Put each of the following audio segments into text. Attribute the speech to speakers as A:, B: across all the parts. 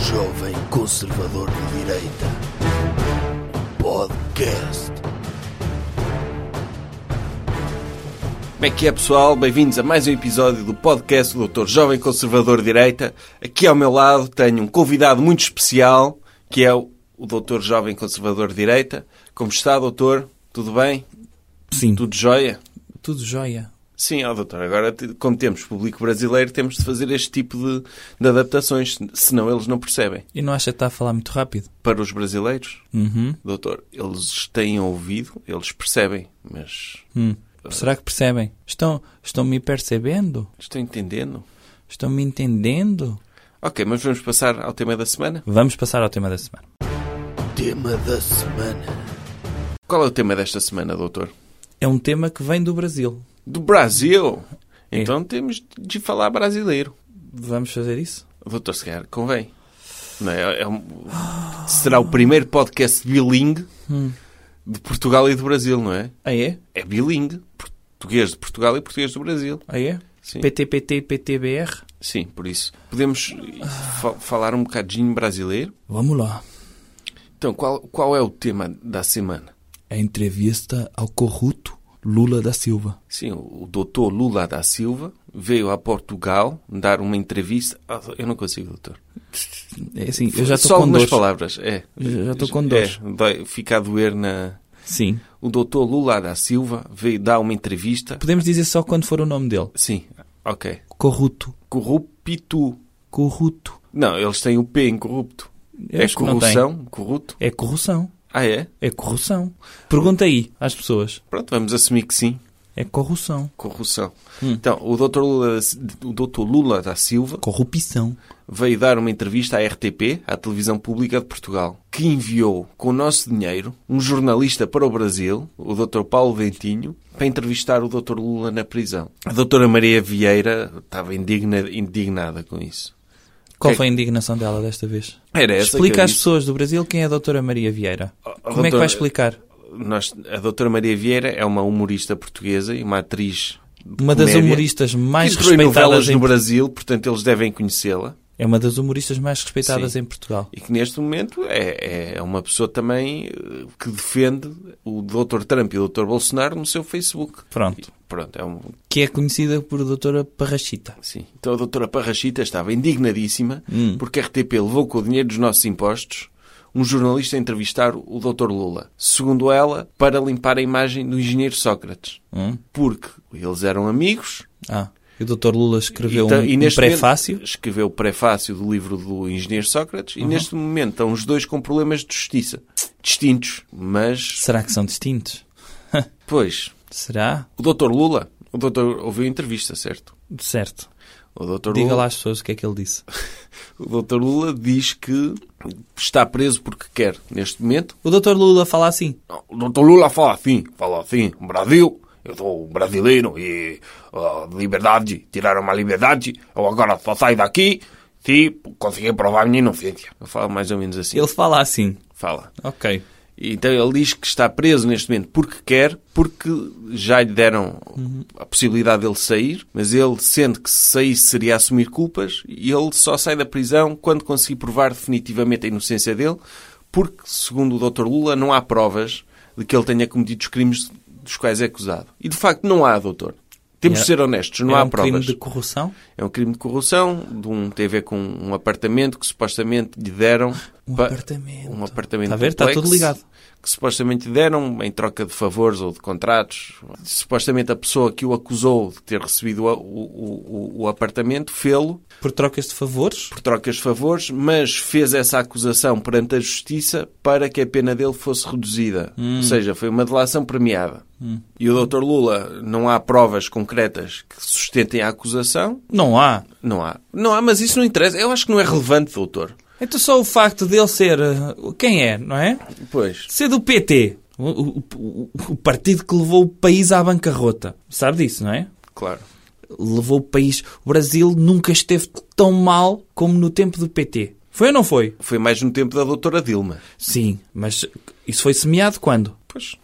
A: Jovem Conservador de Direita. Podcast.
B: Como é que é, pessoal? Bem-vindos a mais um episódio do podcast do Dr. Jovem Conservador de Direita. Aqui ao meu lado tenho um convidado muito especial, que é o o Dr. Jovem Conservador de Direita. Como está, doutor? Tudo bem?
C: Sim, tudo,
B: Tudo jóia?
C: tudo jóia.
B: Sim, ó doutor, agora te- como temos público brasileiro, temos de fazer este tipo de, de adaptações, senão eles não percebem.
C: E não acha que está a falar muito rápido?
B: Para os brasileiros,
C: Uhum.
B: doutor, eles têm ouvido, eles percebem, mas
C: Hum. Será que percebem? Estão, estão me percebendo?
B: estão entendendo?
C: Estão me entendendo?
B: Ok, mas vamos passar ao tema da semana.
C: Vamos passar ao tema da semana.
A: Tema da semana.
B: Qual é o tema desta semana, doutor?
C: É um tema que vem do Brasil.
B: Do Brasil!
C: É.
B: Então temos de falar brasileiro.
C: Vamos fazer isso?
B: Doutor, se calhar convém. Não é? É um- Será o primeiro podcast bilingue de Portugal e do Brasil, não é?
C: Aí é?
B: É bilingue. Português de Portugal e português do Brasil.
C: Aí é?
B: Sim,
C: PTPT e PTBR?
B: Sim por isso. Podemos fa- falar um bocadinho brasileiro?
C: Vamos lá.
B: Então, qual, qual é o tema da semana?
C: A entrevista ao corrupto Lula da Silva.
B: Sim, o o doutor Lula da Silva veio a Portugal dar uma entrevista. Ah, Eu não consigo, doutor.
C: É assim, eu já
B: Só
C: estou com
B: algumas
C: dores.
B: palavras. É.
C: Já já estou com
B: É,
C: dores.
B: dói- fica a doer na...
C: Sim.
B: O doutor Lula da Silva veio dar uma entrevista.
C: Podemos dizer só quando for o nome dele.
B: Sim, ok.
C: Corrupto.
B: Corrupto.
C: Corrupto.
B: Não, eles têm o P em corrupto.
C: Eu
B: é
C: acho que não tem.
B: corrupção? Corrupto?
C: É corrupção.
B: Ah, é?
C: É corrupção. Pergunta aí às pessoas.
B: Pronto, vamos assumir que sim.
C: É corrupção.
B: Corrupção.
C: Hum.
B: Então, o doutor Lula, da Si- o doutor Lula da Silva
C: Corrupção.
B: veio dar uma entrevista à RTP, à televisão pública de Portugal, que enviou com o nosso dinheiro um jornalista para o Brasil, o Dr. Paulo Dentinho, para entrevistar o Dr. Lula na prisão. A doutora Maria Vieira estava indigna- indignada com isso.
C: Qual
B: Que-
C: foi a indignação dela desta vez?
B: Era essa que
C: Explica
B: eu
C: às
B: disse.
C: pessoas do Brasil quem é a doutora Maria Vieira.
B: A- a
C: Como é que
B: doutora-
C: vai explicar?
B: Nós, a doutora Maria Vieira é uma humorista portuguesa e uma atriz de
C: Uma das
B: comédia,
C: humoristas mais
B: que estreou em novelas
C: respeitadas em...
B: no Brasil, portanto eles devem conhecê-la.
C: É uma das humoristas mais respeitadas
B: Sim.
C: em Portugal.
B: E que neste momento é, é uma pessoa também eh, que defende o Dr. Trump e o Dr. Bolsonaro no seu Facebook.
C: Pronto.
B: Pronto, é um.
C: Que é conhecida por doutora Parrachita.
B: Sim. Então a doutora Parrachita estava indignadíssima
C: Hum.
B: porque a RTP levou com o dinheiro dos nossos impostos um jornalista a entrevistar o Dr. Lula. Segundo ela, para limpar a imagem do engenheiro Sócrates.
C: Hum?
B: Porque eles eram amigos.
C: Ah, e o doutor Lula escreveu
B: então-
C: um, um
B: neste
C: prefácio. Uhum.
B: momento Escreveu o prefácio do livro do engenheiro Sócrates e neste momento estão os dois com problemas de justiça. Distintos, mas
C: Será que são distintos?
B: Pois,
C: Será?
B: o Dr. Lula, o doutor ouviu a entrevista, certo?
C: Certo.
B: O Dr.
C: Diga
B: Lula,
C: lá às pessoas o que é que ele disse.
B: o Dr. Lula diz que está preso porque quer, neste momento.
C: O doutor Lula fala assim.
D: Não, O Dr. Lula fala assim, fala assim, Brasil, eu sou brasileiro e ah, liberdade, tiraram uma liberdade, eu agora só saio daqui se conseguir provar a minha inocência.
B: Ele fala mais ou menos assim.
C: Ele fala assim.
B: fala.
C: Ok.
B: E Então ele diz que está preso neste momento porque quer, porque já lhe deram a possibilidade dele sair, mas ele sente que se saísse seria assumir culpas e ele só sai da prisão quando conseguir provar definitivamente a inocência dele, porque, segundo o Dr. Lula, não há provas de que ele tenha cometido os crimes dos quais é acusado. E de facto não há, doutor. Temos
C: É-
B: de ser honestos, não
C: é
B: há
C: um
B: provas.
C: crime de corrupção?
B: É um crime de corrupção, de um TV com um apartamento que supostamente lhe deram.
C: Um
B: pa-
C: apartamento.
B: Um apartamento
C: Está a ver? Está
B: complexo,
C: tudo ligado.
B: Que supostamente lhe deram em troca de favores ou de contratos. Supostamente a pessoa que o acusou de ter recebido a- o, o- o- o apartamento fê-lo
C: Por trocas de favores?
B: por trocas de favores, mas fez essa acusação perante a justiça para que a pena dele fosse reduzida.
C: Hum.
B: Ou seja, foi uma delação premiada. E o Dr. Lula não há provas concretas que sustentem a acusação.
C: Não há.
B: Não há. Não há, mas isso não interessa. Eu acho que não é relevante, doutor.
C: Então só o facto dele ser... uh, Quem é, não é?
B: Pois.
C: Ser do PT. O, o- o- o partido que levou o país à bancarrota. Sabe disso, não é?
B: Claro.
C: Levou o país... O Brasil nunca esteve tão mal como no tempo do PT. Foi ou não foi?
B: Foi mais no tempo da doutora Dilma.
C: Sim. Mas isso foi semeado quando?
B: Pois.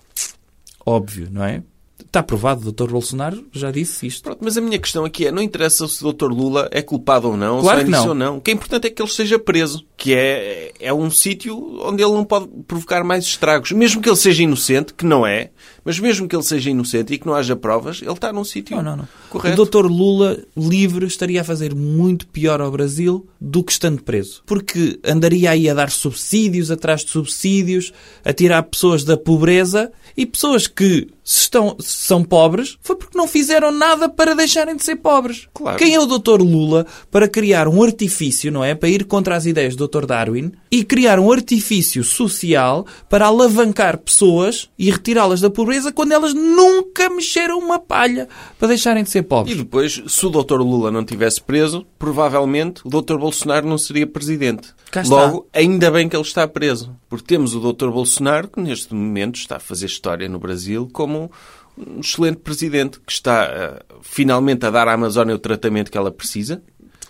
C: Óbvio, não é? Está provado, o Dr. Bolsonaro já disse isto.
B: Pronto, mas a minha questão aqui é, não interessa se o Dr. Lula é culpado ou não,
C: Claro
B: se
C: que
B: é
C: não.
B: ou não. O que é importante é que ele seja preso, que é, é um sítio onde ele não pode provocar mais estragos. Mesmo que ele seja inocente, que não é, mas mesmo que ele seja inocente e que não haja provas, ele está num sítio
C: Não, não, não.
B: correto.
C: O Dr. Lula livre estaria a fazer muito pior ao Brasil do que estando preso. Porque andaria aí a dar subsídios atrás de subsídios, a tirar pessoas da pobreza e pessoas que se estão, se são pobres foi porque não fizeram nada para deixarem de ser pobres.
B: Claro.
C: Quem é o Dr. Lula para criar um artifício, não é? Para ir contra as ideias do Dr. Darwin e criar um artifício social para alavancar pessoas e retirá-las da pobreza quando elas nunca mexeram uma palha para deixarem de ser
B: E
C: pobres.
B: depois, se o Dr. Lula não tivesse preso, provavelmente o Dr. Bolsonaro não seria presidente.
C: Cá está.
B: Logo, ainda bem que ele está preso. Porque temos o Dr. Bolsonaro, que neste momento está a fazer história no Brasil como um excelente presidente, que está eh, finalmente a dar à Amazónia o tratamento que ela precisa.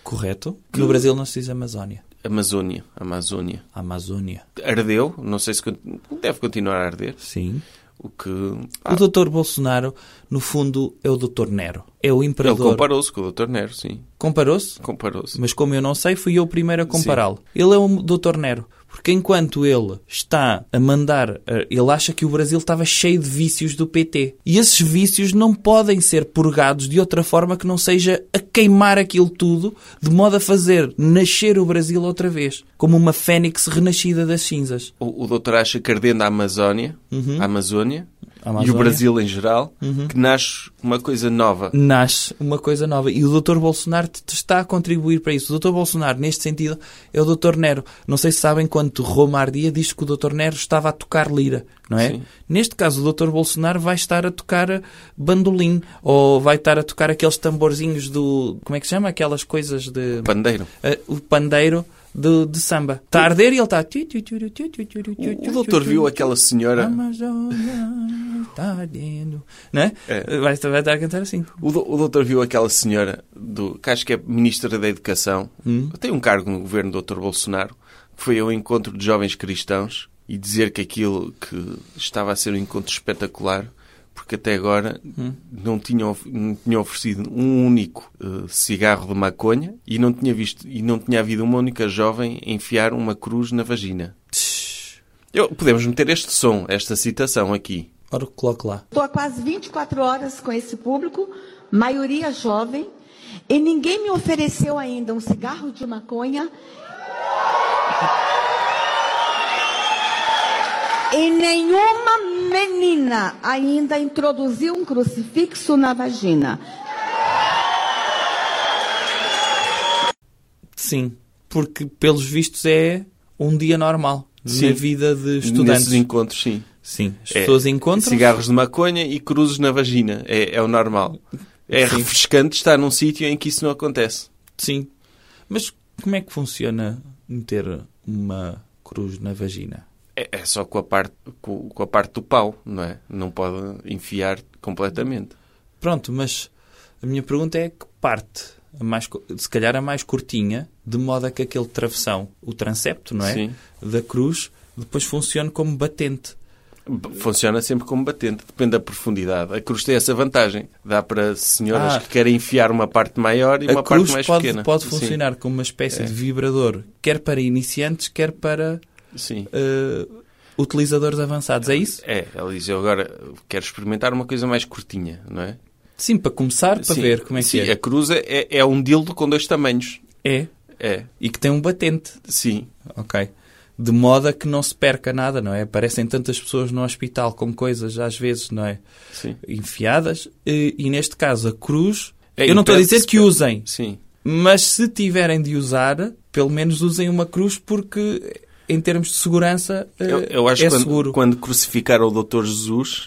C: Correto. No Brasil não se diz Amazónia.
B: Amazónia, Amazónia.
C: Amazónia.
B: Ardeu, não sei se con- deve continuar a arder.
C: Sim.
B: O que.
C: O Dr. Bolsonaro, no fundo, é o Dr. Nero. É o
B: ele
C: imperador.
B: comparou-se com o Dr. Nero, sim.
C: Comparou-se?
B: Comparou-se.
C: Mas como eu não sei, fui eu o primeiro a compará-lo. Ele é o Dr. Nero. Porque enquanto ele está a mandar, eh, ele acha que o Brasil estava cheio de vícios do PT. E esses vícios não podem ser purgados de outra forma que não seja a queimar aquilo tudo, de modo a fazer nascer o Brasil outra vez, como uma fênix renascida das cinzas.
B: o, o doutor acha que ardendo a Amazónia, a Amazónia, e
C: Amazónia.
B: o Brasil em geral, que nasce uma coisa nova.
C: Uhum. nasce uma coisa nova. E o Dr. Bolsonaro te- te está a contribuir para isso. O Dr. Bolsonaro, neste sentido, é o Dr. Nero. Não sei se sabem quando Roma Ardia diz que o Dr. Nero estava a tocar lira, não é? Neste caso, o Dr. Bolsonaro vai estar a tocar eh, bandolim ou vai estar a tocar aqueles tamborzinhos do. Como é que se chama? Aquelas coisas de.
B: Pandeiro.
C: eh, o pandeiro. De, de samba. Está a arder e ele está.
B: O, o doutor viu aquela senhora,
C: Amazônia está ardendo. Não é?
B: É.
C: Vai, estar- vai estar a cantar assim.
B: o, do- o doutor viu aquela senhora do, que acho que é ministra da Educação,
C: Hum?
B: tem um cargo no governo do doutor Bolsonaro, que foi ao encontro de jovens cristãos e dizer que aquilo que estava a ser um encontro espetacular, porque até agora
C: Hum?
B: não, tinham, of- não tinham oferecido um único eh, cigarro de maconha e não tinha visto e não tinha havido uma única jovem enfiar uma cruz na vagina. Eu, podemos meter este som, esta citação aqui.
C: Ora, coloco lá.
E: Estou há quase 24 horas com esse público, maioria jovem, e ninguém me ofereceu ainda um cigarro de maconha. E nenhuma menina ainda introduziu um crucifixo na vagina.
C: Sim, porque pelos vistos é um dia normal na
B: Sim.
C: vida de
B: Nesses
C: estudantes.
B: encontros, sim.
C: Sim, as
B: É,
C: pessoas encontram.
B: Cigarros de maconha e cruzes na vagina. É, é o normal. É
C: Sim.
B: refrescante estar num sítio em que isso não acontece.
C: Sim. Mas como é que funciona meter uma cruz na vagina?
B: É, é só com a, parte, com, com a parte do pau, não é? Não pode enfiar completamente.
C: Pronto, mas a minha pergunta é que parte, a mais, cu- se calhar a mais curtinha, de modo a que aquele travessão, o transepto, não é?
B: Sim.
C: Da cruz, depois funcione como batente.
B: B- Funciona sempre como batente, depende da profundidade. A cruz tem essa vantagem. Dá para senhoras
C: Ah.
B: que querem enfiar uma parte maior e
C: a
B: uma
C: cruz
B: parte mais
C: pode,
B: pequena.
C: pode
B: Sim, É.
C: funcionar como uma espécie de vibrador, quer para iniciantes, quer para
B: Sim.
C: uh, utilizadores avançados, é isso?
B: É, ela diz, eu agora quero experimentar uma coisa mais curtinha, não é?
C: Sim, para começar, para
B: Sim,
C: ver como é que
B: sim,
C: é.
B: a cruz é, é um dildo com dois tamanhos.
C: É.
B: É,
C: E que tem um batente,
B: sim.
C: ok? De modo a que não se perca nada, não é? Aparecem tantas pessoas no hospital com coisas, às vezes, não é?
B: Sim.
C: Enfiadas. eh, E, e neste caso, a cruz...
B: É,
C: eu não estou a dizer
B: impede-se
C: que usem,
B: Sim.
C: mas se tiverem de usar, pelo menos usem uma cruz porque... Em termos de segurança, eh,
B: Eu, eu acho
C: é
B: que quando,
C: seguro. Uhum.
B: quando crucificaram o Dr. Jesus,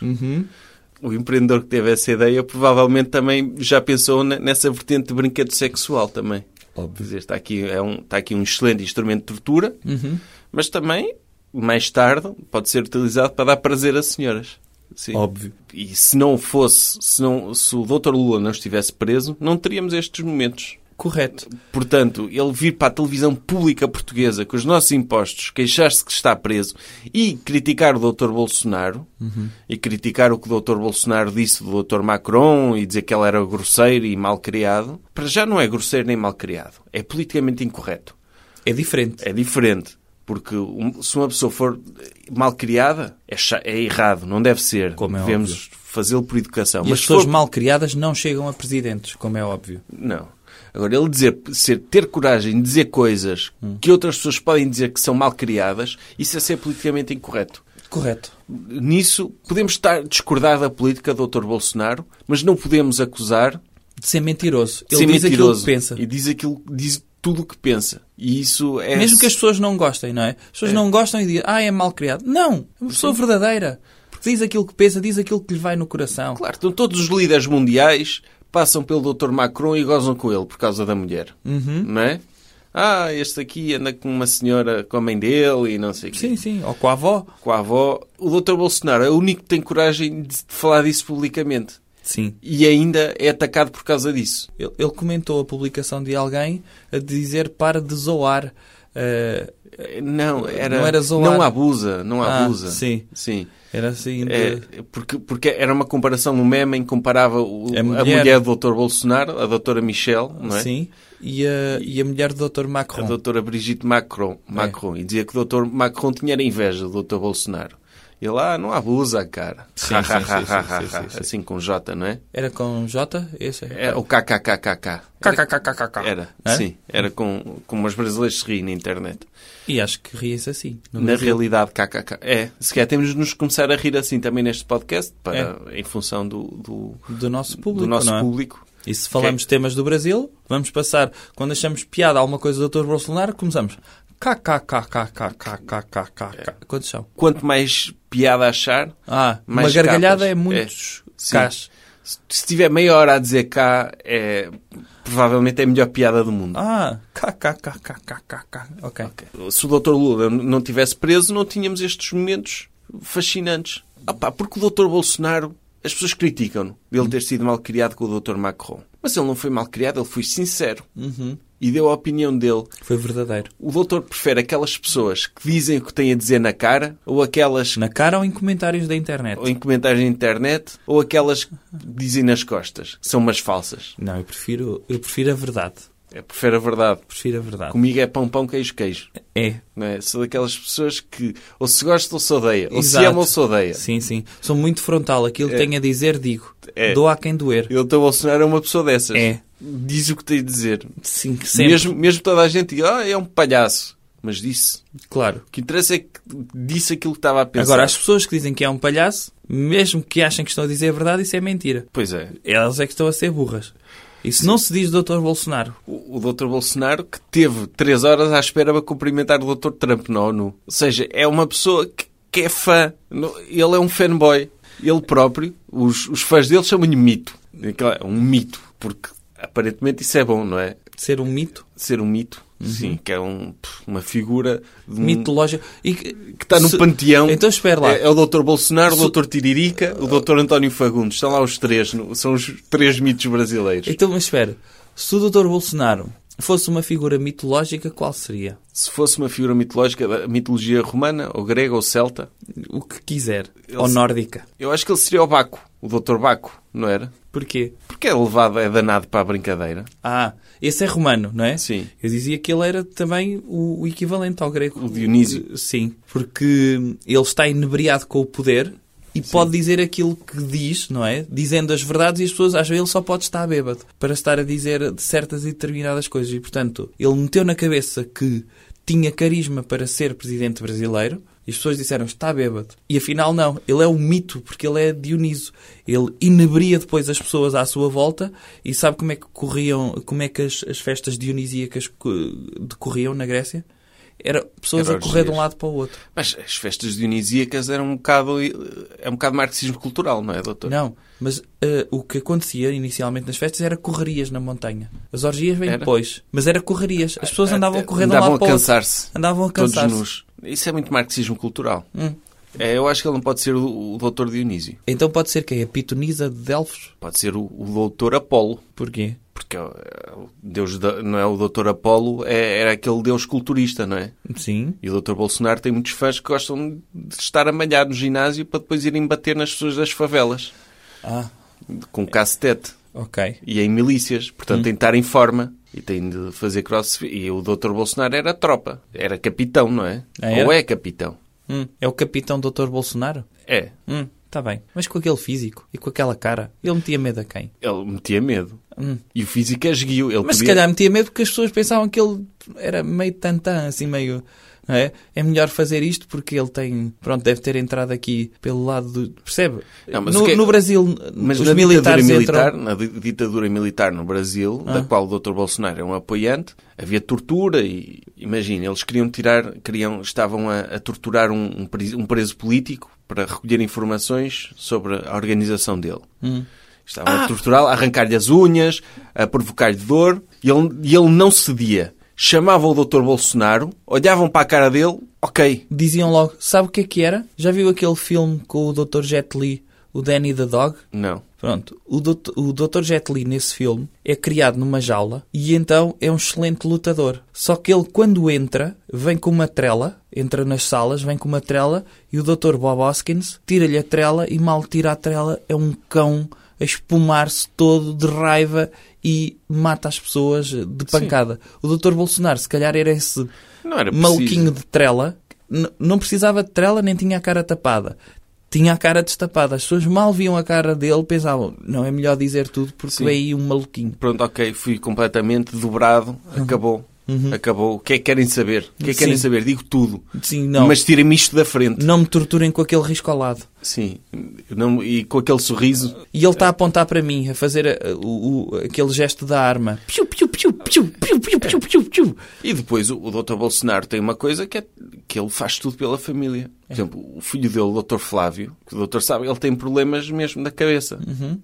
B: o empreendedor que teve essa ideia provavelmente também já pensou ne- nessa vertente de brinquedo sexual também. Quer dizer, está aqui, é um, está aqui um excelente instrumento de tortura,
C: Uhum.
B: mas também, mais tarde, pode ser utilizado para dar prazer a senhoras. Sim.
C: Óbvio.
B: E se não fosse, se, não, se o Dr. Lula não estivesse preso, não teríamos estes momentos.
C: Correto.
B: Portanto, ele vir para a televisão pública portuguesa com os nossos impostos, queixar-se que está preso e criticar o Dr. Bolsonaro e criticar o que o Dr. Bolsonaro disse do Dr. Macron e dizer que ele era grosseiro e malcriado, para já não é grosseiro nem malcriado. É politicamente incorreto.
C: É diferente.
B: É diferente. Porque um- se uma pessoa for malcriada, é, cha- é errado, não deve ser.
C: Como é
B: Devemos
C: óbvio.
B: fazê-lo por educação.
C: E as
B: se
C: pessoas
B: for-
C: mal criadas não chegam a presidentes, como é óbvio.
B: Não. Agora, ele dizer, ser, ter coragem de dizer coisas
C: Hum.
B: que outras pessoas podem dizer que são mal criadas, isso é ser politicamente incorreto.
C: Correto.
B: Nisso, podemos estar discordar da política do Dr. Bolsonaro, mas não podemos acusar
C: De ser mentiroso.
B: de ser
C: Ele diz
B: mentiroso.
C: aquilo que pensa.
B: E diz aquilo, diz tudo o que pensa. E isso é...
C: Mesmo que as pessoas não gostem, não é? As pessoas não gostam e dizem, ah, é mal criado. Não! É uma pessoa verdadeira. Porque diz aquilo que pensa, diz aquilo que lhe vai no coração.
B: Claro, então todos os líderes mundiais passam pelo Dr. Macron e gozam com ele por causa da mulher.
C: Uhum.
B: Não é? Ah, este aqui anda com uma senhora com a mãe dele e não sei o quê.
C: Sim, sim. Ou com a avó.
B: com a avó. O Dr. Bolsonaro é o único que tem coragem de falar disso publicamente.
C: Sim.
B: E ainda é atacado por causa disso.
C: Ele, ele comentou a publicação de alguém a dizer para de zoar. eh,
B: Eh, Não, era,
C: Não era zoar.
B: não abusa, não
C: Ah,
B: abusa.
C: sim.
B: Sim.
C: era assim. de-
B: É, porque, porque era uma comparação, um meme em que comparava o-
C: A
B: a, mulher.
C: mulher.
B: do Dr. Bolsonaro, a Dra. Michelle, não é?
C: Sim. E a, e a mulher do Dr. Macron.
B: A Dra. Brigitte Macron, Macron. E dizia que o Dr. Macron tinha era inveja do Dr. Bolsonaro. E lá não abusa, cara.
C: Sim,
B: Ha,
C: sim,
B: ha, ha,
C: sim, sim,
B: ha,
C: sim,
B: ha,
C: sim,
B: ha.
C: sim.
B: Assim com J, não é?
C: Era com J? Esse?
B: É o KKKKK.
C: KKKKK.
B: Era,
C: É?
B: sim. Era com, com umas brasileiras se riem na internet.
C: E acho que ria-se assim. no
B: na
C: Brasil.
B: realidade, kkk. É, se calhar temos de nos começar a rir assim também neste podcast, para, em função do, do,
C: Do nosso É. público.
B: do nosso
C: não é?
B: público.
C: E se falamos de temas do Brasil, vamos passar, quando achamos piada alguma coisa do Dr. Bolsonaro, começamos.
B: É.
C: KKKKKKKKKK. Quantos são?
B: Quanto mais piada achar,
C: Ah,
B: mais
C: uma
B: capas.
C: gargalhada é muitos
B: sim.
C: cás.
B: Se, se tiver meia hora a dizer cá, é, provavelmente é a melhor piada do mundo.
C: Ah, KKKKKKK. Ok.
B: Se o Dr. Lula não tivesse preso, não tínhamos estes momentos fascinantes. Ah pá, porque o Dr. Bolsonaro, as pessoas criticam-no dele ter sido mal criado com o Dr. Macron. Mas ele não foi mal criado, ele foi sincero.
C: Uhum.
B: E deu a opinião dele.
C: Foi verdadeiro.
B: O doutor prefere aquelas pessoas que dizem o que têm a dizer na cara ou aquelas
C: Na cara ou em comentários da internet?
B: ou em comentários na internet ou aquelas que dizem nas costas. São umas falsas.
C: Não, eu prefiro, eu prefiro a verdade.
B: É, prefere a verdade.
C: Prefiro a verdade.
B: Comigo é pão, pão, queijo, queijo.
C: É.
B: Não é? Sou daquelas pessoas que ou se gosta ou se odeia. Ou se
C: Exato.
B: ama ou se odeia.
C: Sim, sim. Sou muito frontal. Aquilo que tenho a dizer, digo.
B: É.
C: Dou a quem doer.
B: E o Dr. Bolsonaro é uma pessoa dessas.
C: É.
B: Diz o que tem a dizer.
C: Sim, sempre.
B: Mesmo, mesmo toda a gente diz, ah, é um palhaço. Mas disse.
C: Claro.
B: O que interessa é que disse aquilo que estava a pensar.
C: Agora, as pessoas que dizem que é um palhaço, mesmo que achem que estão a dizer a verdade, isso é mentira.
B: Pois é.
C: Elas é que estão a ser burras. Isso não se diz Dr. Bolsonaro.
B: O, o Dr. Bolsonaro que teve três horas à espera para cumprimentar o Dr. Trump na ONU. Ou seja, é uma pessoa que, que é fã. Não- Ele é um fanboy. Ele próprio, os, os fãs dele chamam-lhe mito. Aquela- É um mito, porque aparentemente isso é bom, não é?
C: Ser um mito
B: Ser um mito,
C: Uhum.
B: sim, que é um- pff, uma figura de um-
C: mitológico. E que
B: que está no
C: se-
B: panteão.
C: Então espera lá.
B: É, é o Dr. Bolsonaro,
C: Se-
B: o Dr. Tiririca, o Dr. António Fagundes. Estão lá os três, no- são os três mitos brasileiros.
C: Então, mas espera. Se o Dr. Bolsonaro fosse uma figura mitológica, qual seria?
B: Se fosse uma figura mitológica da mitologia romana, ou grega, ou celta,
C: O que quiser. Ou nórdica.
B: eu acho que ele seria o Baco, o Dr. Baco, não era?
C: Porquê?
B: Porque é levado, é danado para a brincadeira.
C: Ah, esse é romano, não é?
B: Sim.
C: Eu dizia que ele era também o, o equivalente ao grego.
B: O Dionísio.
C: Sim, porque ele está inebriado com o poder e pode dizer aquilo que diz, não é? Dizendo as verdades e as pessoas acham que ele só pode estar bêbado para estar a dizer certas e determinadas coisas. E, portanto, ele meteu na cabeça que tinha carisma para ser presidente brasileiro e as pessoas disseram está bêbado. E afinal não, ele é um mito, porque ele é Dioniso. Ele inebria depois as pessoas à sua volta e sabe como é que corriam, como é que as, as festas dionisíacas co- decorriam na Grécia? Era pessoas
B: Era
C: a correr de um
B: orgias.
C: lado para o outro.
B: Mas as festas dionisíacas eram um bocado, eh, é um bocado marxismo cultural, não é, doutor?
C: Não, mas eh, o que acontecia inicialmente nas festas era correrias na montanha. As orgias vêm
B: Era?
C: depois. Mas era correrias. As pessoas andavam a correr de um
B: Andavam
C: lado
B: a
C: para o outro.
B: cansar-se.
C: Andavam a
B: Todos
C: cansar-se.
B: nus. Isso é muito marxismo cultural.
C: Hum.
B: É, eu acho que ele não pode ser o, o doutor Dionísio.
C: Então pode ser quem? A pitonisa de Delfos?
B: Pode ser o, o doutor Apolo.
C: Porquê?
B: Porque é, o Deus da- não é o doutor Apolo, é, era aquele Deus culturista, não é?
C: Sim.
B: E o doutor Bolsonaro tem muitos fãs que gostam de estar a malhar no ginásio para depois irem bater nas pessoas das favelas.
C: Ah,
B: Com cacetete.
C: ok.
B: E em milícias.
C: Hum.
B: Portanto, tem de estar em forma. E tem de fazer crossfit. E o doutor Bolsonaro era tropa. Era capitão, não é?
C: Ah, era?
B: Ou é capitão.
C: Hum, É o capitão Dr. Bolsonaro?
B: É.
C: Hum, tá bem. Mas com aquele físico e com aquela cara, ele metia medo a quem?
B: Ele metia medo. E o físico esguiu. Ele
C: Hum. Mas se
B: podia-
C: calhar metia medo porque as pessoas pensavam que ele era meio tantã, assim meio... não é? é melhor fazer isto porque ele tem... Pronto, deve ter entrado aqui pelo lado do... Percebe?
B: Não, mas
C: no,
B: o que é-
C: no Brasil,
B: Mas
C: os
B: na
C: militares
B: ditadura
C: entram...
B: militar, na di- ditadura militar no Brasil, da qual o Dr. Bolsonaro é um apoiante, havia tortura e imagina, eles queriam tirar, queriam, estavam a, a torturar um, um pres- um preso político para recolher informações sobre a organização dele. Estavam a torturá-lo, a arrancar-lhe as unhas, a provocar-lhe dor, e ele, e ele não cedia. Chamavam o Dr. Bolsonaro, olhavam para a cara dele, ok,
C: Diziam logo, sabe o que é que era? Já viu aquele filme com o Dr. Jet Li, o Danny the Dog?
B: não.
C: Pronto, o Dr. o Dr. Jet Li nesse filme é criado numa jaula e então é um excelente lutador. Só que ele, quando entra, vem com uma trela, entra nas salas, vem com uma trela e o Dr. Bob Hoskins tira-lhe a trela e mal tira a trela é um cão a espumar-se todo de raiva e mata as pessoas de pancada. O Dr. Bolsonaro, se calhar, era esse
B: Não era preciso.
C: maluquinho de trela, n- não precisava de trela nem tinha a cara tapada. Tinha a cara destapada. As pessoas mal viam a cara dele, pensavam, não é melhor dizer tudo porque
B: Sim.
C: veio aí um maluquinho.
B: Pronto, ok, fui completamente dobrado, acabou. Acabou. O que é que querem saber? O que é que querem
C: Uhum. Sim.
B: saber? Digo tudo.
C: Sim, não.
B: Mas tirem-me isto da frente.
C: Não me torturem com aquele risco ao lado.
B: Sim. Não, e com aquele sorriso.
C: E ele está a apontar para mim, a fazer a- o- o- aquele gesto da arma. Piu, piu, piu, piu, piu, piu, piu, piu, piu.
B: E depois o, o Dr. Bolsonaro tem uma coisa que é que ele faz tudo pela família.
C: É.
B: Por exemplo, o filho dele, o Dr. Flávio, que o doutor sabe, ele tem problemas mesmo da cabeça.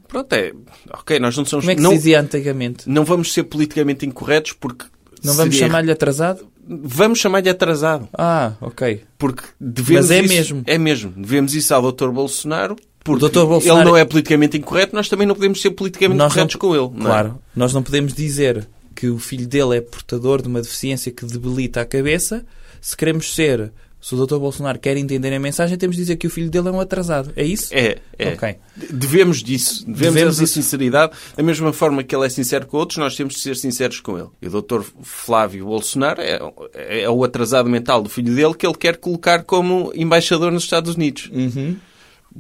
B: Pronto, é. Ok, nós não somos.
C: Uhum. Como é que
B: não,
C: se dizia antigamente?
B: não vamos ser politicamente incorretos porque.
C: Não vamos
B: seria-
C: chamar-lhe atrasado?
B: Vamos chamar-lhe atrasado.
C: Ah, ok.
B: Porque devemos
C: Mas é
B: isso,
C: mesmo.
B: É mesmo. Devemos isso ao Dr. Bolsonaro. Porque
C: O Dr. Bolsonaro-
B: ele não é politicamente incorreto, nós também não podemos ser politicamente
C: Nós
B: corretos
C: não-
B: com ele. não é?
C: Claro, nós não podemos dizer que o filho dele é portador de uma deficiência que debilita a cabeça. Se queremos ser, se o Dr. Bolsonaro quer entender a mensagem, temos de dizer que o filho dele é um atrasado. É isso?
B: É, é.
C: Ok.
B: Devemos disso. Devemos,
C: Devemos
B: essa
C: isso.
B: sinceridade. Da mesma forma que ele é sincero com outros, nós temos de ser sinceros com ele. E o Dr. Flávio Bolsonaro é, é o atrasado mental do filho dele que ele quer colocar como embaixador nos Estados Unidos.
C: Uhum.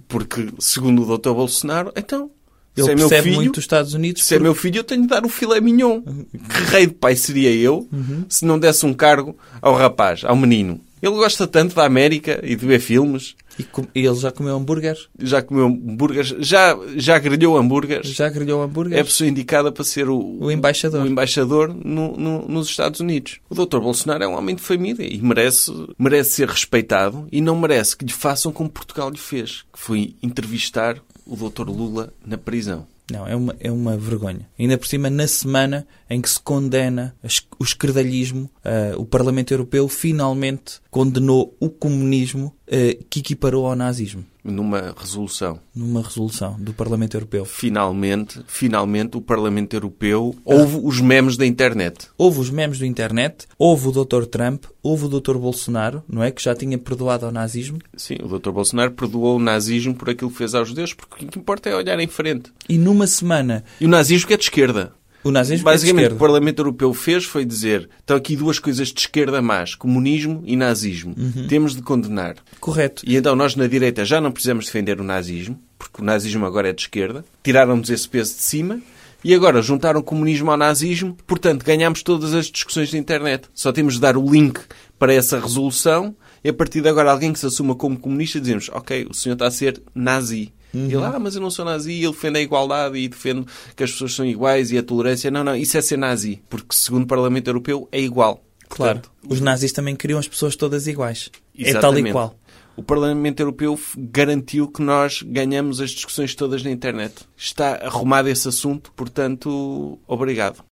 B: Porque, segundo o Dr. Bolsonaro, então,
C: Ele
B: se é meu
C: percebe
B: filho,
C: muito os Estados Unidos.
B: Se é meu filho, eu tenho de dar o filé mignon. Que rei de pai seria eu
C: Uhum.
B: se não desse um cargo ao rapaz, ao menino? Ele gosta tanto da América e de ver filmes.
C: E com- e ele já comeu hambúrguer?
B: Já comeu hambúrgueres, já, já grelhou hambúrgueres.
C: Já grelhou
B: É a
C: hambúrguer?
B: pessoa indicada para ser o,
C: O embaixador.
B: o embaixador no- no- nos Estados Unidos. O Dr. Bolsonaro é um homem de família e merece, merece ser respeitado e não merece que lhe façam como Portugal lhe fez, que foi entrevistar o Dr. Lula na prisão.
C: Não, é uma, é uma vergonha. Ainda por cima, na semana em que se condena as- o esquerdalhismo, ah, o Parlamento Europeu finalmente condenou o comunismo ah, que equiparou ao nazismo.
B: Numa resolução.
C: numa resolução do Parlamento Europeu.
B: Finalmente, finalmente o Parlamento Europeu ouve os memes da internet.
C: Houve os memes do internet, houve o Dr. Trump, houve o Dr. Bolsonaro, não é? Que já tinha perdoado ao nazismo.
B: Sim, o Dr. Bolsonaro perdoou o nazismo por aquilo que fez aos judeus, porque o que importa é olhar em frente.
C: E numa semana,
B: E o nazismo que é de esquerda.
C: o nazismo foi de
B: Basicamente, o que o
C: esquerda.
B: Parlamento Europeu fez foi dizer estão aqui duas coisas de esquerda más, comunismo e nazismo.
C: Uhum.
B: Temos de condenar.
C: Correto.
B: E então nós na direita já não precisamos defender o nazismo, porque o nazismo agora é de esquerda. Tiraram-nos esse peso de cima e agora juntaram o comunismo ao nazismo. Portanto, ganhámos todas as discussões da internet. Só temos de dar o link para essa resolução e a partir de agora alguém que se assuma como comunista dizemos ok, o senhor está a ser nazi. E ele, ah, mas eu não sou nazi, eu defendo a igualdade e defendo que as pessoas são iguais e a tolerância. Não, não, isso é ser nazi, porque segundo o Parlamento Europeu é igual.
C: Claro. Os nazis também queriam as pessoas todas iguais. É tal
B: Exatamente.
C: e qual.
B: O Parlamento Europeu f- garantiu que nós ganhamos as discussões todas na internet. Está arrumado esse assunto, portanto, obrigado.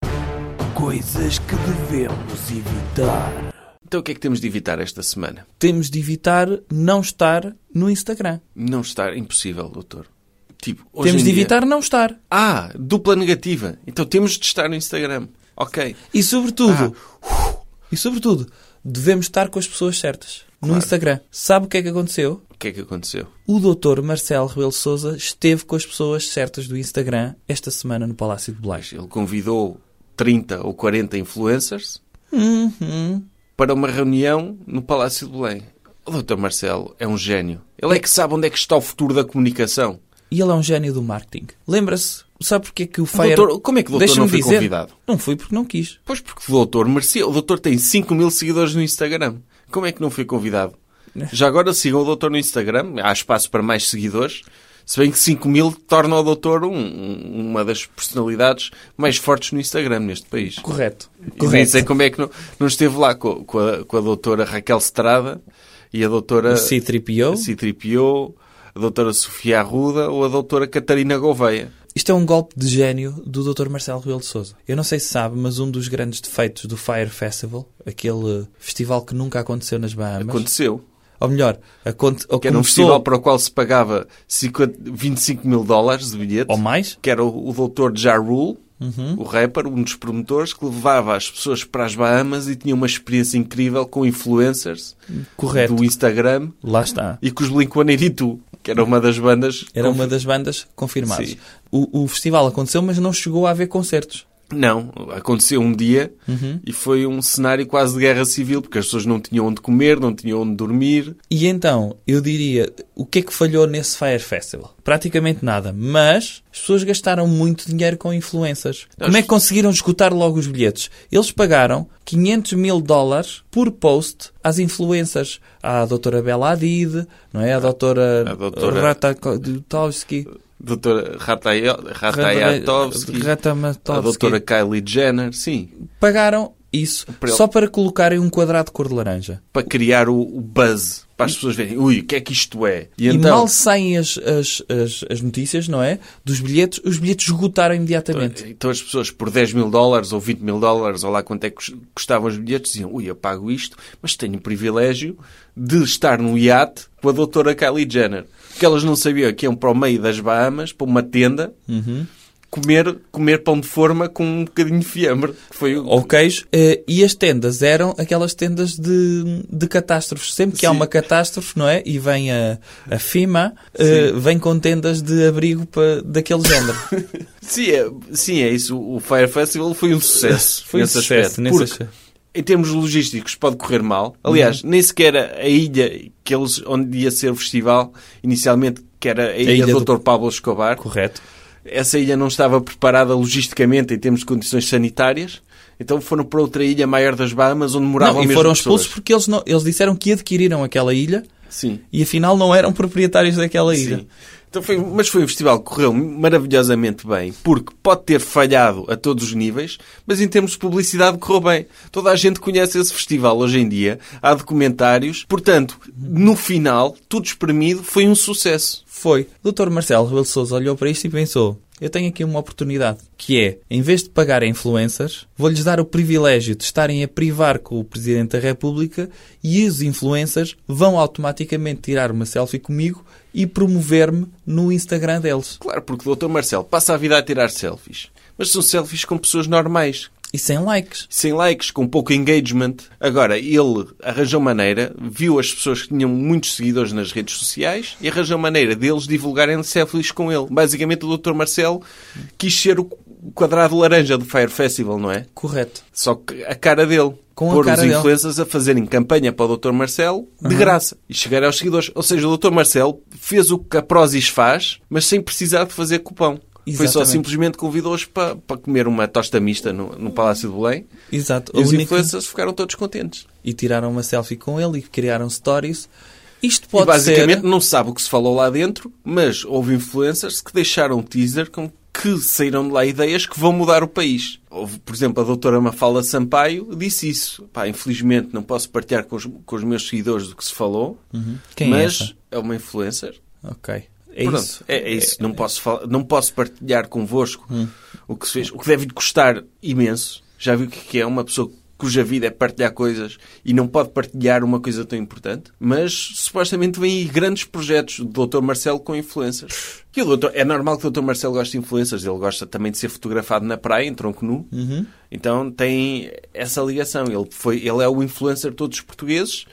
A: Coisas que devemos evitar.
B: Então o que é que temos de evitar esta semana?
C: Temos de evitar não estar no Instagram.
B: Não estar impossível, doutor. Tipo, hoje
C: Temos
B: em
C: de
B: dia-
C: evitar não estar.
B: Ah, dupla negativa. Então temos de estar no Instagram. Ok.
C: E sobretudo,
B: Ah.
C: e sobretudo, devemos estar com as pessoas certas. No Instagram. Sabe o que é que aconteceu?
B: O que é que aconteceu?
C: O doutor Marcelo Rebelo Souza esteve com as pessoas certas do Instagram esta semana no Palácio de Belém.
B: Ele convidou 30 ou 40 influencers para uma reunião no Palácio de Belém. O Dr. Marcelo é um gênio. Ele é que sabe onde é que está o futuro da comunicação.
C: E ele é um gênio do marketing. Lembra-se, sabe porque é que o Fire...
B: Doutor, como é que o doutor
C: Deixa-me
B: não foi
C: dizer,
B: convidado?
C: Não fui porque não quis.
B: Pois porque o doutor merecia. O doutor tem 5 mil seguidores no Instagram. Como é que não foi convidado? Já agora sigam o doutor no Instagram. Há espaço para mais seguidores. Se bem que 5 mil torna o doutor um- um- uma das personalidades mais fortes no Instagram neste país.
C: Correto.
B: E nem sei como é que não, não esteve lá co- com, a, com a doutora Raquel Estrada e a doutora...
C: O C-3PO.
B: a C-3PO, a doutora Sofia Arruda ou a doutora Catarina Gouveia.
C: Isto é um golpe de gênio do Dr. Marcelo Rebelo de Souza. Eu não sei se sabe, mas um dos grandes defeitos do Fire Festival, aquele festival que nunca aconteceu nas Bahamas,
B: Aconteceu.
C: ou melhor, aconte, ou
B: Que era um
C: começou-
B: festival para o qual se pagava 50, 25 mil dólares de bilhete.
C: ou mais, Uhum.
B: Que era o, o doutor Ja Rule, o rapper, um dos promotores, que levava as pessoas para as Bahamas e tinha uma experiência incrível com influencers
C: correto.
B: do Instagram
C: Lá está.
B: e com os Blink-182, que era uma das bandas...
C: Era uma das bandas confirmadas.
B: Sim.
C: O, o festival aconteceu, mas não chegou a haver concertos.
B: Não, aconteceu um dia e foi um cenário quase de guerra civil, porque as pessoas não tinham onde comer, não tinham onde dormir.
C: E então, eu diria, o que é que falhou nesse Fire Festival? Praticamente nada. Mas as pessoas gastaram muito dinheiro com influencers. Como é que conseguiram esgotar logo os bilhetes? Eles pagaram 500 mil dólares por post às influencers. À doutora Bela Hadid, não é? À doutora,
B: A doutora-
C: Ratakowski.
B: Doutora Ratayo- Ratayatovsky, a doutora Kylie Jenner, sim,
C: Pagaram isso
B: Para ele-
C: só para colocarem um quadrado de cor de laranja.
B: para criar o, o buzz, para as pessoas verem, ui, o que é que isto é? E,
C: E
B: então,
C: mal saem as, as, as, as notícias, não é? Dos bilhetes, os bilhetes esgotaram imediatamente.
B: então as pessoas por 10 mil dólares ou 20 mil dólares, ou lá quanto é que cus- custavam os bilhetes, diziam, ui, eu pago isto, mas tenho o privilégio de estar no iate com a doutora Kylie Jenner. Porque elas não sabiam que iam para o meio das Bahamas, para uma tenda,
C: Uhum.
B: comer, comer pão de forma com um bocadinho de fiambre. que Foi o-
C: Ou queijo. Eh, E as tendas eram aquelas tendas de, de catástrofes. Sempre que há
B: Sim.
C: uma catástrofe, não é? E vem a, a FIMA, eh, vem com tendas de abrigo pa, daquele género.
B: Sim, é, sim, é isso. O Fire Festival foi um sucesso.
C: Foi um
B: nesse
C: sucesso,
B: aspecto.
C: nesse
B: Porque,
C: aspecto.
B: em termos logísticos, pode correr mal. Aliás,
C: Uhum.
B: nem sequer a a ilha que eles, onde ia ser o festival, inicialmente, que era a ilha,
C: ilha
B: do
C: do-
B: Dr. Pablo Escobar,
C: Correto.
B: essa ilha não estava preparada logisticamente em termos de condições sanitárias. Então foram para outra ilha maior das Bahamas, onde moravam
C: Não, e
B: mesmo
C: foram
B: pessoas.
C: expulsos porque eles, não, eles disseram que adquiriram aquela ilha
B: Sim.
C: e afinal não eram proprietários daquela ilha.
B: Sim. Então foi, mas foi um festival que correu maravilhosamente bem, porque pode ter falhado a todos os níveis, mas em termos de publicidade correu bem. Toda a gente conhece esse festival hoje em dia, há documentários, portanto, no final, tudo espremido, foi um sucesso.
C: Foi. O Dr. Marcelo Rebelo de Sousa olhou para isto e pensou: eu tenho aqui uma oportunidade, que é, em vez de pagar a influencers, vou-lhes dar o privilégio de estarem a privar com o Presidente da República e os influencers vão automaticamente tirar uma selfie comigo e promover-me no Instagram deles.
B: Claro, porque o Dr. Marcelo passa a vida a tirar selfies, mas são selfies com pessoas normais,
C: E sem likes.
B: sem likes, com pouco engagement. Agora, ele arranjou maneira, viu as pessoas que tinham muitos seguidores nas redes sociais e arranjou maneira deles divulgarem selfies com ele. Basicamente, o Dr. Marcelo quis ser o quadrado laranja do Fire Festival, não é?
C: Correto.
B: Só que a cara dele.
C: Com a
B: pôr
C: cara
B: os
C: dele.
B: influencers a fazerem campanha para o Dr. Marcelo de graça e chegar aos seguidores. Ou seja, o Dr. Marcelo fez o que a Prozis faz, mas sem precisar de fazer cupão. Foi só
C: Exatamente.
B: simplesmente convidou-os para, para comer uma tosta mista no, no Palácio de Belém
C: Exato.
B: e
C: A
B: os
C: única-
B: influencers ficaram todos contentes.
C: E tiraram uma selfie com ele e criaram stories. Isto
B: E
C: pode
B: basicamente
C: ser...
B: não se sabe o que se falou lá dentro, mas houve influencers que deixaram um teaser com que saíram de lá ideias que vão mudar o país. Houve, por exemplo, a doutora Mafalda Sampaio disse isso. Pá, infelizmente não posso partilhar com os, com os meus seguidores do que se falou,
C: Quem é
B: mas
C: essa?
B: é, uma influencer.
C: Ok. É
B: Pronto,
C: isso.
B: É, é isso. Não, posso fal- não posso partilhar convosco o que se fez, o que deve lhe custar imenso. Já viu o que é uma pessoa cuja vida é partilhar coisas e não pode partilhar uma coisa tão importante. Mas supostamente vêm aí grandes projetos do Dr. Marcelo com influências. Que o doutor, é normal que o Dr. Marcelo goste de influências, ele gosta também de ser fotografado na praia, em tronco nu. Então tem essa ligação. Ele, foi, ele é o influencer de todos os portugueses.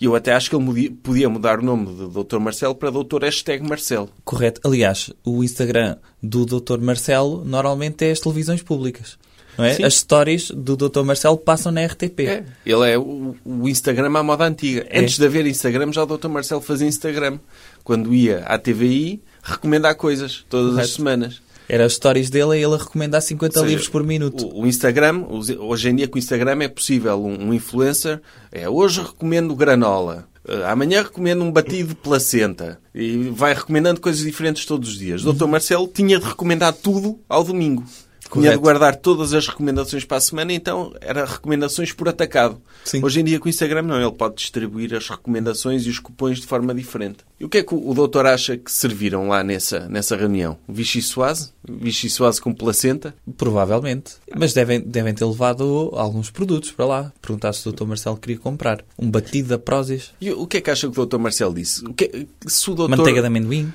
B: E eu até acho que ele mudi- podia mudar o nome de Dr. Marcelo para Dr. Hashtag Marcelo.
C: Correto. Aliás, o Instagram do Dr. Marcelo normalmente é as televisões públicas. Não é?
B: Sim.
C: As stories do Dr. Marcelo passam na RTP.
B: É. Ele é o, o Instagram à moda antiga. Antes de haver Instagram, já o Dr. Marcelo fazia Instagram. Quando ia à TVI, recomendar coisas todas
C: Correto.
B: as semanas.
C: Era as stories dele e ele a recomendar 50
B: Ou seja,
C: livros por minuto.
B: O, o Instagram, os- hoje em dia com o Instagram é possível um, um influencer. É, hoje recomendo granola. eh, amanhã recomendo um batido de placenta. E vai recomendando coisas diferentes todos os dias. O Dr. Marcelo tinha de recomendar tudo ao domingo. Tinha
C: Correto.
B: de guardar todas as recomendações para a semana, então era recomendações por atacado.
C: Sim.
B: Hoje em dia com o Instagram não, ele pode distribuir as recomendações e os cupões de forma diferente. E o que é que o o doutor acha que serviram lá nessa, nessa reunião? Vichy Suase? Vichy Suase com placenta?
C: Provavelmente. Mas devem, devem ter levado alguns produtos para lá. Perguntar se o Dr. Marcelo queria comprar. Um batido da Prozis,
B: E o que é que acha que o Dr. Marcelo disse? O que- se, o doutor,
C: manteiga de amendoim.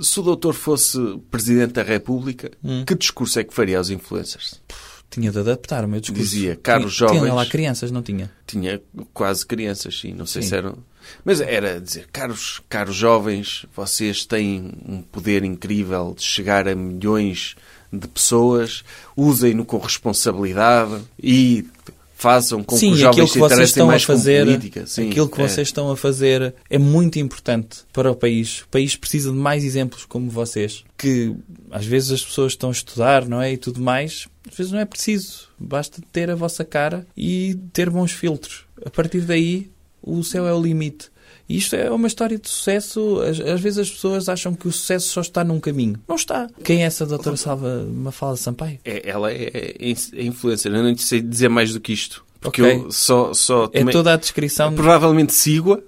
B: se o doutor fosse Presidente da República,
C: Hum.
B: que discurso é que faria aos influencers?
C: Tinha de adaptar o meu discurso.
B: Dizia, caros
C: Tinha- Tinha
B: jovens.
C: lá crianças, não tinha?
B: Tinha quase crianças, sim, não sei
C: Sim.
B: se eram. Mas era dizer, caros, caros jovens, vocês têm um poder incrível de chegar a milhões de pessoas, usem-no com responsabilidade e façam com que
C: Sim,
B: os
C: aquilo
B: jovens
C: que
B: se
C: vocês
B: interessem
C: estão a
B: mais com
C: fazer,
B: política. Sim,
C: aquilo que
B: é.
C: vocês estão a fazer é muito importante para o país. O país precisa de mais exemplos como vocês, que às vezes as pessoas estão a estudar, não é, e tudo mais. Às vezes não é preciso, basta ter a vossa cara e ter bons filtros. A partir daí, o céu é o limite. E isto é uma história de sucesso. Às, às vezes as pessoas acham que o sucesso só está num caminho. Não está. Quem é essa doutora Salva Mafalda Sampaio?
B: É, ela é, é é influencer. Eu não te sei dizer mais do que isto. Porque
C: Ok.
B: eu só, só
C: É
B: tomei-
C: toda a Hum. descrição.
B: provavelmente sigo-a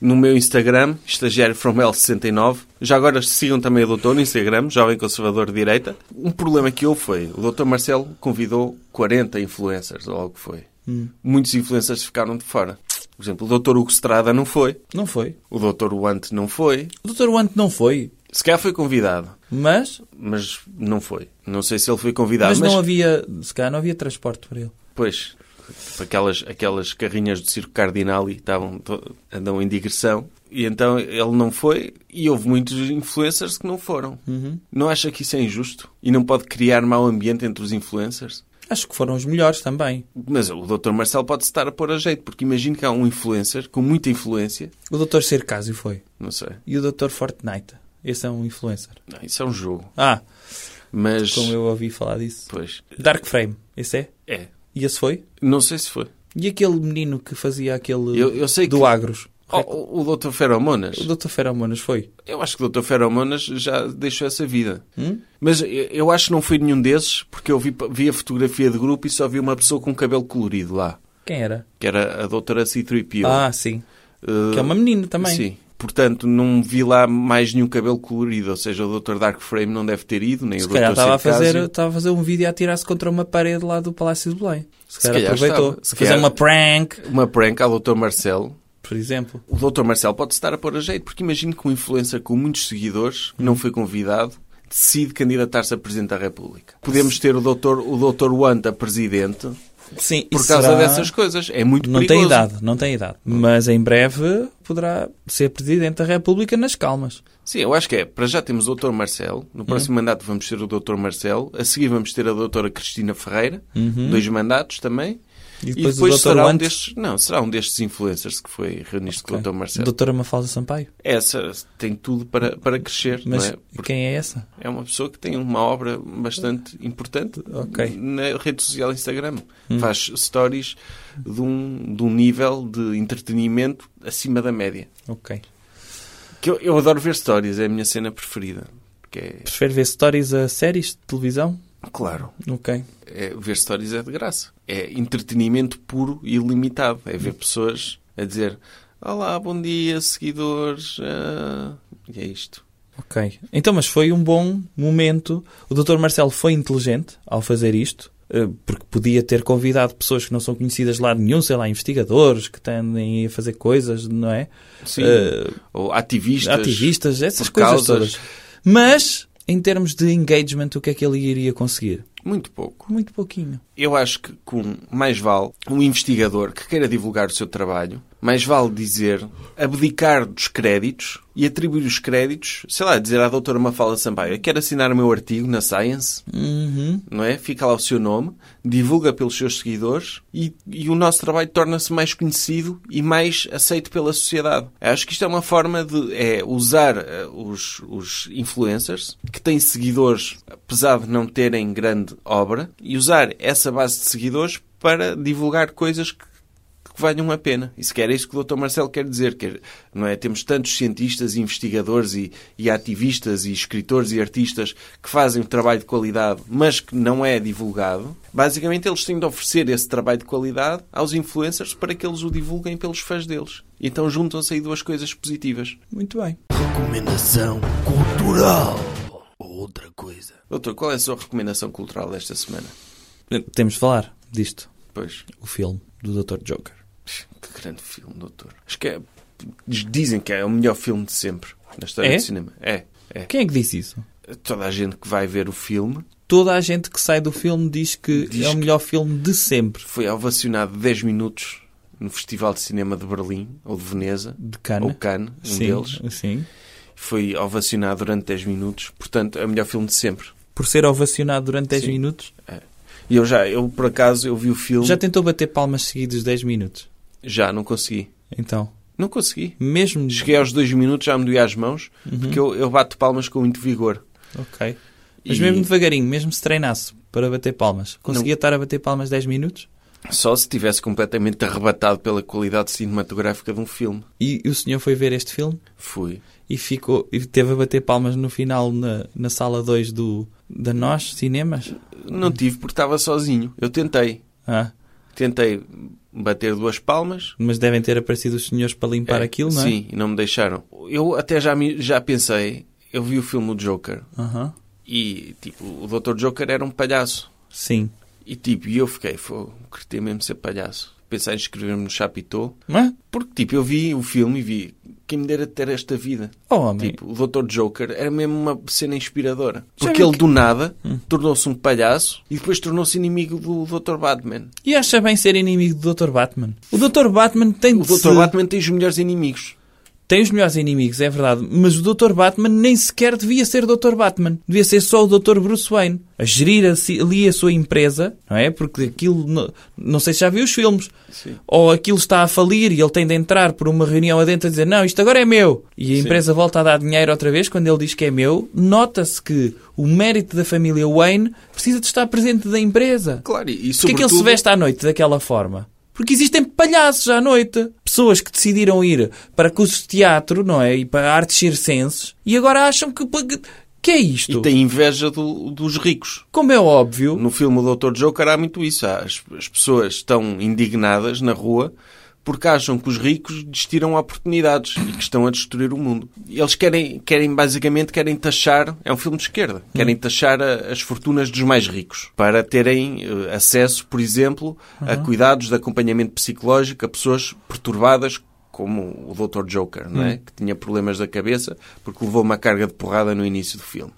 B: no meu Instagram, estagiário from L69. Já agora sigam também o doutor no Instagram, jovem conservador de direita. Um problema que houve foi, o doutor Marcelo convidou 40 influencers, ou algo que foi.
C: Hum.
B: Muitos influencers ficaram de fora. Por exemplo, o doutor Hugo Estrada não foi.
C: Não foi.
B: O doutor Wante não foi.
C: O Dr. Wante não foi,
B: Se calhar foi convidado,
C: mas,
B: mas não foi. Não sei se ele foi convidado.
C: mas, não havia, se calhar não havia transporte para ele.
B: Pois, aquelas, aquelas carrinhas do Circo Cardinali estavam, to- andam em digressão. E então ele não foi e houve muitos influencers que não foram.
C: Uhum.
B: Não acha que isso é injusto? E não pode criar mau ambiente entre os influencers?
C: Acho que foram os melhores também.
B: Mas o Dr. Marcelo pode estar a pôr a jeito, porque imagino que há um influencer com muita influência.
C: O Dr. Circásio foi.
B: Não sei.
C: E o Dr. Fortnite. Esse é um influencer.
B: Não, isso é um jogo.
C: Ah,
B: Mas.
C: como Então eu ouvi falar disso.
B: Pois.
C: Dark Frame, esse é?
B: É.
C: E esse foi?
B: Não sei se foi.
C: E aquele menino que fazia aquele
B: Eu- eu sei
C: do
B: que-
C: Agros?
B: Oh, o Dr. Feromonas.
C: O Dr. Feromonas foi.
B: Eu acho que o Dr. Feromonas já deixou essa vida.
C: Hum?
B: Mas eu- eu acho que não fui nenhum desses, porque eu vi, vi a fotografia de grupo e só vi uma pessoa com um cabelo colorido lá,
C: Quem era?
B: que era a doutora C3PO.
C: Ah, sim. Que é uma menina também.
B: Sim. Portanto, não vi lá mais nenhum cabelo colorido, ou seja, o Dr. Dark Frame não deve ter ido, nem
C: Se
B: o
C: calhar
B: Dr.
C: estava a,
B: Circásio.
C: fazer, estava a fazer um vídeo a atirar-se contra uma parede lá do Palácio de Belém. Se calhar,
B: calhar
C: aproveitou.
B: estava. Se
C: fazer
B: calhar-
C: uma prank,
B: Uma prank ao Dr. Marcelo.
C: por exemplo.
B: O Dr. Marcelo pode estar a pôr a jeito, porque imagino que um influencer com muitos seguidores, que não foi convidado, decide candidatar-se a Presidente da República. Podemos ter o Dr. o Dr. Wanda Presidente,
C: Sim,
B: por
C: isso
B: causa
C: será-
B: dessas coisas. É muito
C: Não tem
B: perigoso.
C: idade, não tem idade. Mas em breve poderá ser Presidente da República nas calmas.
B: Sim, eu acho que é. Para já temos o Dr. Marcelo.
C: Hum.
B: No próximo mandato vamos ter o Dr. Marcelo. A seguir vamos ter a Dra. Cristina Ferreira. Dois mandatos também.
C: Uhum. E depois o Dr.
B: será um
C: Wante?
B: destes... Não, será um destes influencers que foi reunir-se com o Dr. Marcelo.
C: Doutora Mafalda Sampaio.
B: Essa tem tudo para, para crescer,
C: Mas
B: não é? Porque
C: quem é essa?
B: é uma pessoa que tem uma obra bastante importante
C: Ok.
B: na rede social Instagram. Faz stories de um, de um nível de entretenimento acima da média.
C: Ok.
B: Que eu, eu adoro ver stories, é a minha cena preferida. Porque é,
C: Prefere ver stories a séries de televisão?
B: claro,
C: Ok.
B: é- ver stories é de graça. É entretenimento puro e limitado. É ver pessoas a dizer Olá, bom dia, seguidores. ah", E é isto.
C: Ok. Então, mas foi um bom momento. O Dr. Marcelo foi inteligente ao fazer isto. eh, porque podia ter convidado pessoas que não são conhecidas de lado nenhum, sei lá, investigadores que tendem a fazer coisas, não é?
B: Sim.
C: Eh,
B: Ou Ah, ativistas.
C: ativistas, essas
B: por
C: coisas
B: causas.
C: todas. Mas, em termos de engagement, o que é que ele iria conseguir?
B: Muito pouco.
C: Muito pouquinho.
B: Eu acho que com mais vale um investigador que queira divulgar o seu trabalho, mais vale dizer abdicar dos créditos e atribuir os créditos, sei lá, dizer à doutora Mafalda Sampaio, quer assinar o meu artigo na Science, não é? Fica lá o seu nome, divulga pelos seus seguidores e, e o nosso trabalho torna-se mais conhecido e mais aceito pela sociedade. Acho que isto é uma forma de é, usar eh, os, os influencers que têm seguidores, apesar de não terem grande obra, e usar essa base de seguidores para divulgar coisas que que valham a pena. E sequer é isso que o Dr. Marcelo quer dizer. Quer, não é? Temos tantos cientistas, e investigadores e, e ativistas e escritores e artistas que fazem um trabalho de qualidade, mas que não é divulgado. Basicamente, eles têm de oferecer esse trabalho de qualidade aos influencers para que eles o divulguem pelos fãs deles. Então juntam-se aí duas coisas positivas.
C: Muito bem.
A: Recomendação cultural. Ou outra coisa.
B: Doutor, qual é a sua recomendação cultural desta semana?
C: Temos de falar disto.
B: Pois,
C: O filme do Dr. Joker.
B: que grande filme, doutor. Acho que é, dizem que é o melhor filme de sempre na história
C: É?
B: do cinema. É, é.
C: Quem é que disse isso?
B: toda a gente que vai ver o filme
C: Toda a gente que sai do filme diz que
B: Diz
C: é o
B: que-
C: melhor filme de sempre.
B: foi ovacionado 10 minutos no Festival de Cinema de Berlim, ou de Veneza,
C: De Cannes.
B: ou Cannes, um
C: sim,
B: deles.
C: sim.
B: Foi ovacionado durante 10 minutos, portanto, é o melhor filme de sempre.
C: Por ser ovacionado durante 10
B: Sim.
C: minutos.
B: E eu já, eu por acaso, eu vi o filme,
C: Já
B: já,
C: tentou bater palmas seguidos 10 minutos?
B: não consegui.
C: Então,
B: Não consegui.
C: mesmo...
B: Cheguei aos 2 minutos, já me doía as mãos,
C: Uhum.
B: porque eu, eu bato palmas com muito vigor.
C: Ok. Mas
B: E
C: mesmo devagarinho, mesmo se treinasse para bater palmas, conseguia estar a bater palmas 10 minutos?
B: Só se estivesse completamente arrebatado pela qualidade cinematográfica de um filme.
C: E o senhor foi ver este filme
B: Fui.
C: e ficou e teve a bater palmas no final na, na sala 2 do da Nós Cinemas?
B: Não tive porque estava sozinho. Eu tentei.
C: Ah,
B: Tentei bater duas palmas,
C: mas devem ter aparecido os senhores para limpar
B: É,
C: aquilo, não é?
B: Sim, e não me deixaram. Eu até já, me- já pensei, eu vi o filme do Joker
C: Aham.
B: e, tipo, o Dr. Joker era um palhaço.
C: Sim.
B: E, tipo, e eu fiquei, fogo, queria mesmo ser palhaço. Pensei em inscrever-me no Chapitou.
C: Mas,
B: Porque, tipo, eu vi o filme e vi quem me dera ter esta vida.
C: oh homem,
B: Tipo, o Dr. Joker era mesmo uma cena inspiradora.
C: Já
B: Porque
C: vi
B: ele,
C: que- Hum.
B: do nada, tornou-se um palhaço e depois tornou-se inimigo do Dr. Batman.
C: e acha bem ser inimigo do Dr. Batman? O Dr. Batman tem
B: O
C: de se-
B: Dr. Batman tem os melhores inimigos.
C: Tem os melhores inimigos, é verdade, mas o Dr. Batman nem sequer devia ser Dr. Batman. Devia ser só o Dr. Bruce Wayne. A gerir a si- ali a sua empresa, não é? Porque aquilo, no- não sei se já viu os filmes,
B: Sim.
C: ou aquilo está a falir e ele tem de entrar por uma reunião adentro a dizer não, isto agora é meu. E a empresa volta a dar dinheiro outra vez quando ele diz que é meu. Nota-se que o mérito da família Wayne precisa de estar presente da empresa.
B: Claro, e, e
C: Porquê é que ele se
B: sobretudo-
C: veste à noite daquela forma? Porque existem palhaços à noite. Pessoas que decidiram ir para cursos de teatro, não é? E para artes circenses. E agora acham que... que- Que é isto?
B: E tem inveja do- dos ricos.
C: Como é óbvio...
B: No filme O Dr. Joker há muito isso. Há- As, as pessoas estão indignadas na rua porque acham que os ricos lhes tiram oportunidades e que estão a destruir o mundo. Eles querem, querem basicamente, querem taxar... É um filme de esquerda. Querem taxar a- as fortunas dos mais ricos para terem eh, acesso, por exemplo, a cuidados de acompanhamento psicológico a pessoas perturbadas como o Dr. Joker, não é? que tinha problemas da cabeça porque levou uma carga de porrada no início do filme.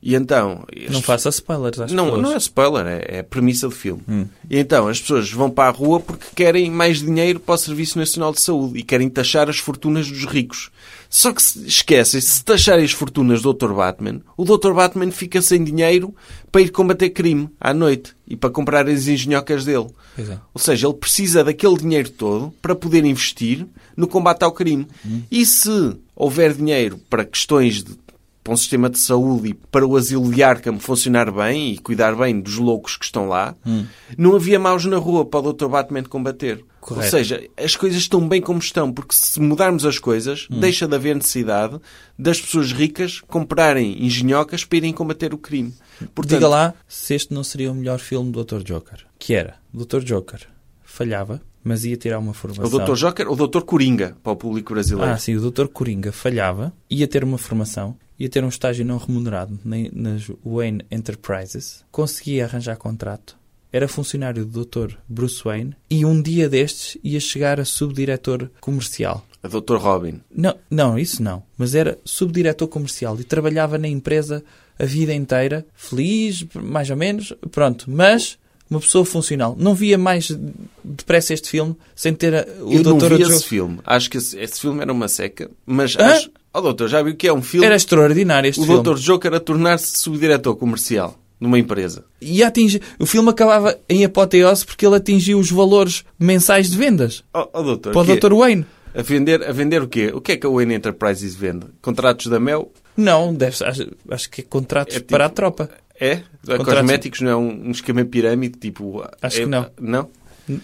B: E então...
C: Não
B: este-
C: faça spoilers às
B: não,
C: pessoas.
B: não é spoiler, é, é premissa do filme.
C: Hum.
B: E então as pessoas vão para a rua porque querem mais dinheiro para o Serviço Nacional de Saúde e querem taxar as fortunas dos ricos. Só que se esquecem, se taxarem as fortunas do Dr. Batman, o Dr. Batman fica sem dinheiro para ir combater crime à noite e para comprar as engenhocas dele.
C: Pois é.
B: Ou seja, ele precisa daquele dinheiro todo para poder investir no combate ao crime. E se houver dinheiro para questões de para um sistema de saúde e para o asilo de Arkham funcionar bem e cuidar bem dos loucos que estão lá,
C: Hum.
B: não havia maus na rua para o Dr. Batman combater.
C: Correto.
B: Ou seja, as coisas estão bem como estão, porque se mudarmos as coisas,
C: Hum.
B: deixa de haver necessidade das pessoas ricas comprarem engenhocas para irem combater o crime. Portanto,
C: Diga lá se este não seria o melhor filme do Dr. Joker. Que era, o Dr. Joker falhava, mas ia tirar uma formação.
B: o Dr. Joker, o Dr. Coringa, para o público brasileiro.
C: Ah, sim, o Dr. Coringa falhava, ia ter uma formação, ia ter um estágio não remunerado nem- nas Wayne Enterprises, conseguia arranjar contrato, era funcionário do Dr. Bruce Wayne e um dia destes ia chegar a subdiretor comercial.
B: A Dr. Robin.
C: Não, não, isso não. Mas era subdiretor comercial e trabalhava na empresa a vida inteira, feliz, mais ou menos, pronto. Mas uma pessoa funcional. Não via mais depressa este filme sem ter a- o
B: eu não
C: doutor...
B: vi esse filme. Acho que esse, esse filme era uma seca. Mas
C: Hã?
B: acho... Oh, doutor, já viu que é um filme...
C: Era extraordinário este
B: o
C: filme.
B: doutor Joker a tornar-se subdiretor comercial numa empresa.
C: E atinge... O filme acabava em apoteose porque ele atingiu os valores mensais de vendas.
B: Oh, oh, doutor,
C: Para o
B: quê?
C: Dr. Wayne.
B: A vender, a vender o quê? O que é que a Wayne Enterprises vende? Contratos da Mel?
C: Não, deve- acho, acho que é contratos
B: É tipo-
C: para a tropa.
B: É?
C: Contratos-
B: Cosméticos não é um, um esquema pirâmide? Tipo,
C: Acho
B: é-
C: que não.
B: Não?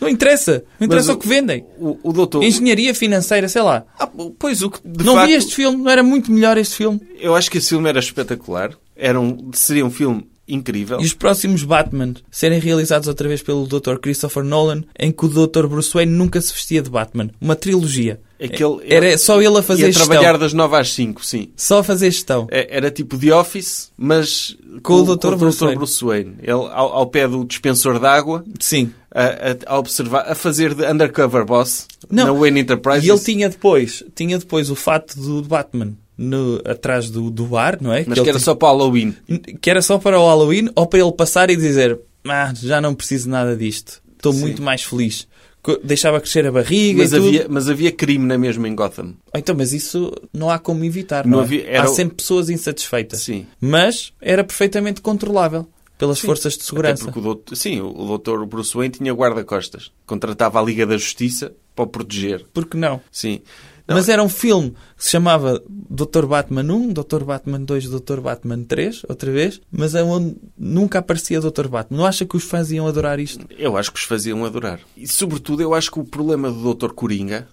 C: Não interessa. Não interessa
B: Mas
C: o que vendem.
B: O, o doutor...
C: Engenharia financeira, sei lá.
B: Ah, pois, o que de
C: não
B: facto,
C: vi este filme, não era muito melhor este filme.
B: Eu acho que esse filme era espetacular. Era um, seria um filme incrível.
C: E os próximos Batman serem realizados outra vez pelo Dr. Christopher Nolan, em que o Dr. Bruce Wayne nunca se vestia de Batman. Uma trilogia.
B: Aquele-
C: Era só ele a fazer
B: Ia trabalhar
C: gestão.
B: das 9 às 5, sim.
C: Só a fazer gestão.
B: É- Era tipo The Office, mas
C: Com o Dr. Bruce
B: Dr.
C: Wayne.
B: Bruce Wayne. Ele ao, ao pé do dispensor de água,
C: Sim.
B: a, a- a observar, a fazer de undercover boss
C: Não.
B: na Wayne Enterprises.
C: E ele tinha depois, tinha depois o fato do Batman no, atrás do, do bar, não é?
B: Mas
C: ele
B: que era
C: tinha-
B: só para o Halloween.
C: que era só para o Halloween ou para ele passar e dizer ah, já não preciso nada disto, estou muito mais feliz. Co- Deixava crescer a barriga
B: Mas
C: e tudo.
B: havia, mas havia crime na mesma em Gotham.
C: Ah, Então, mas isso não há como evitar.
B: Não
C: Não é?
B: havia- era
C: Há
B: o-
C: sempre pessoas insatisfeitas.
B: Sim.
C: Mas era perfeitamente controlável pelas forças de
B: Até
C: segurança.
B: porque o doutor, sim, o doutor Bruce Wayne tinha guarda-costas. Contratava a Liga da Justiça para o proteger.
C: Porque não?
B: Sim. Não,
C: Mas era um filme que se chamava Dr. Batman 1, Dr. Batman 2, Dr. Batman 3, outra vez, mas é onde nunca aparecia Dr. Batman. Não acha que os fãs iam adorar isto?
B: Eu acho que os faziam adorar. E, sobretudo, eu acho que o problema do Dr. Coringa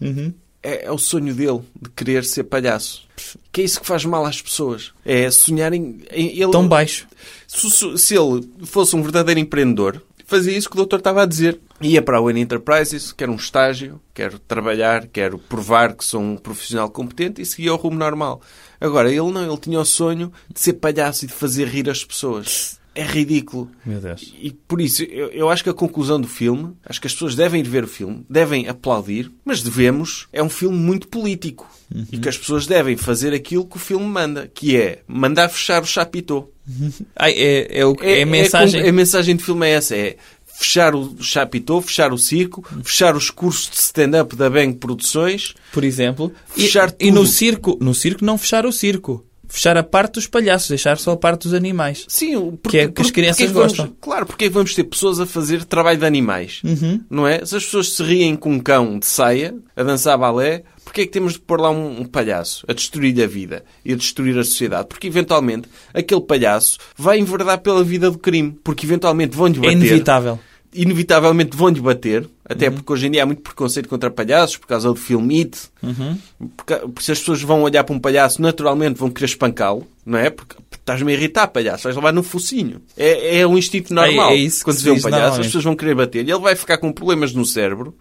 B: é, é o sonho dele de querer ser palhaço. Que é isso que faz mal às pessoas. É sonharem... em- Ele,
C: Tão baixo.
B: se, se- se ele fosse um verdadeiro empreendedor, fazia isso que o doutor estava a dizer. Ia para a Wayne Enterprises, quer um estágio, quero trabalhar, quero provar que sou um profissional competente e seguia o rumo normal. Agora, ele não, ele tinha o sonho de ser palhaço e de fazer rir as pessoas. É ridículo.
C: Meu Deus.
B: E por isso, eu, eu acho que a conclusão do filme, acho que as pessoas devem ir ver o filme, devem aplaudir, mas devemos, é um filme muito político.
C: Uhum.
B: E que as pessoas devem fazer aquilo que o filme manda, que é mandar fechar o chapitô.
C: Ai, é, é, o, é, a mensagem.
B: com- a mensagem do filme é essa, é fechar o chapitô, fechar o circo, fechar os cursos de stand-up da Bang Produções.
C: por exemplo. E-
B: Fechar
C: e, no
B: tudo.
C: circo, no circo não fechar o circo. Fechar a parte dos palhaços, deixar só a parte dos animais.
B: Sim, o-
C: Que é o que as crianças
B: porque é que vamos-
C: gostam.
B: claro, porque é que vamos ter pessoas a fazer trabalho de animais,
C: Uhum.
B: não é? Se as pessoas se riem com um cão de saia a dançar balé, porque é que temos de pôr lá um, um palhaço a destruir a vida e a destruir a sociedade? Porque eventualmente aquele palhaço vai enverdar pela vida do crime, porque eventualmente vão-lhe bater
C: É inevitável.
B: inevitavelmente vão-lhe bater, até
C: Uhum.
B: porque hoje em dia há muito preconceito contra palhaços por causa do filme It.
C: Uhum.
B: Porque, porque se as pessoas vão olhar para um palhaço, naturalmente vão querer espancá-lo, não é? Porque estás-me a irritar, palhaço, vais levar no focinho. É, é um instinto normal.
C: É- é isso que
B: Quando
C: se
B: se vê um
C: diz
B: palhaço, as
C: normalmente.
B: pessoas vão querer bater e ele vai ficar com problemas no cérebro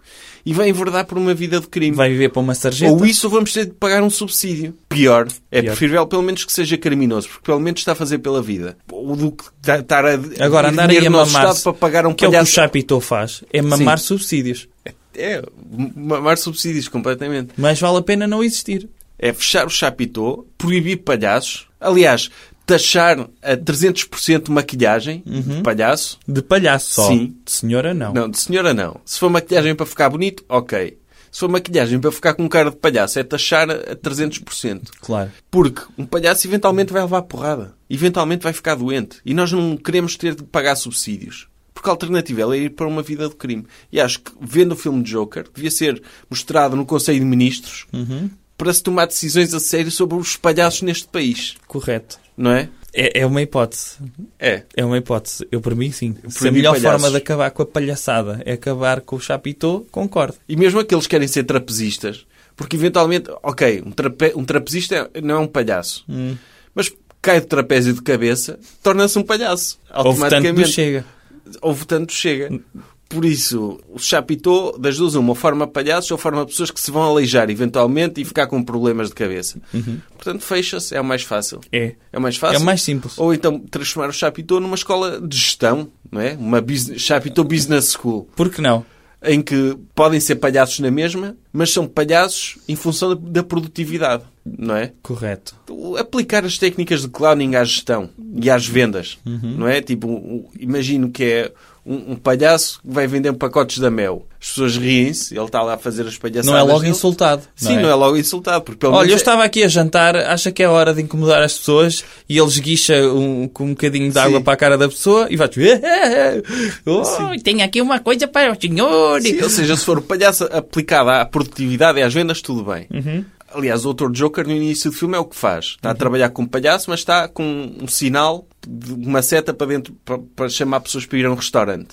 B: e vai enverdar por uma vida de crime.
C: Vai viver para uma sarjeta.
B: Ou isso ou vamos ter de pagar um subsídio. Pior. É preferível pelo menos que seja criminoso, porque pelo menos está a fazer pela vida. Ou do que ta- estar a
C: Agora
B: pedir
C: andar aí
B: dinheiro
C: a
B: no nosso
C: mamar.
B: Estado para pagar um
C: que é o que o
B: palhaço.
C: Chapitão faz. É mamar subsídios.
B: É, mamar subsídios completamente.
C: Mas vale a pena não existir.
B: É fechar o chapitô, proibir palhaços. Aliás, taxar a 300% maquilhagem de palhaço.
C: De palhaço só.
B: Sim.
C: De senhora, não.
B: Não, de senhora não. Se for maquilhagem para ficar bonito, ok. Se for maquilhagem para ficar com cara de palhaço, é taxar a 300%.
C: Claro.
B: Porque um palhaço eventualmente vai levar porrada. Eventualmente vai ficar doente. E nós não queremos ter de pagar subsídios. Porque a alternativa é ir para uma vida de crime. E acho que, vendo o filme de Joker, devia ser mostrado no Conselho de Ministros para se tomar decisões a sério sobre os palhaços neste país.
C: Correto.
B: Não é?
C: É, é uma hipótese.
B: É.
C: É uma hipótese. Eu, para mim, sim. Se a
B: proibi
C: melhor
B: palhaços.
C: forma de acabar com a palhaçada é acabar com o Chapitão, concordo.
B: E mesmo aqueles que querem ser trapezistas, porque eventualmente, ok, um, trape, um trapezista é- não é um palhaço, mas cai do trapézio de cabeça, torna-se um palhaço.
C: Ou votante do
B: automaticamente.
C: Chega.
B: Ou votante do Chega. Por isso, o Chapitou, das duas, uma, ou forma palhaços ou forma pessoas que se vão aleijar eventualmente e ficar com problemas de cabeça. Portanto, fecha-se, é o mais fácil.
C: É.
B: É o mais fácil.
C: Uhum. É o mais simples.
B: Ou então transformar o Chapitou numa escola de gestão, não é? Uma business, Chapitou Business School
C: Por que não?
B: em que podem ser palhaços na mesma, mas são palhaços em função da, da produtividade, não é?
C: Correto.
B: O- Aplicar as técnicas de clowning à gestão e às vendas,
C: Uhum.
B: não é? Tipo, um- imagino que é um, um palhaço que vai vender pacotes da Mel. As pessoas riem-se, ele está lá a fazer as palhaçadas.
C: Não é logo
B: dele.
C: insultado.
B: Sim, não é? logo insultado, porque pelo
C: Olha,
B: menos
C: eu
B: é-
C: estava aqui a jantar, acha que é hora de incomodar as pessoas e ele esguicha um, com um bocadinho de água
B: Sim.
C: para a cara da pessoa e vai oh, Tenho aqui uma coisa para o senhor.
B: Sim, ou seja, se for o palhaço aplicado à produtividade e às vendas, tudo bem.
C: Uhum.
B: Aliás, o autor Joker, no início do filme, é o que faz. Está a trabalhar como palhaço, mas está com um sinal, de uma seta para dentro, para, para chamar pessoas para ir a um restaurante.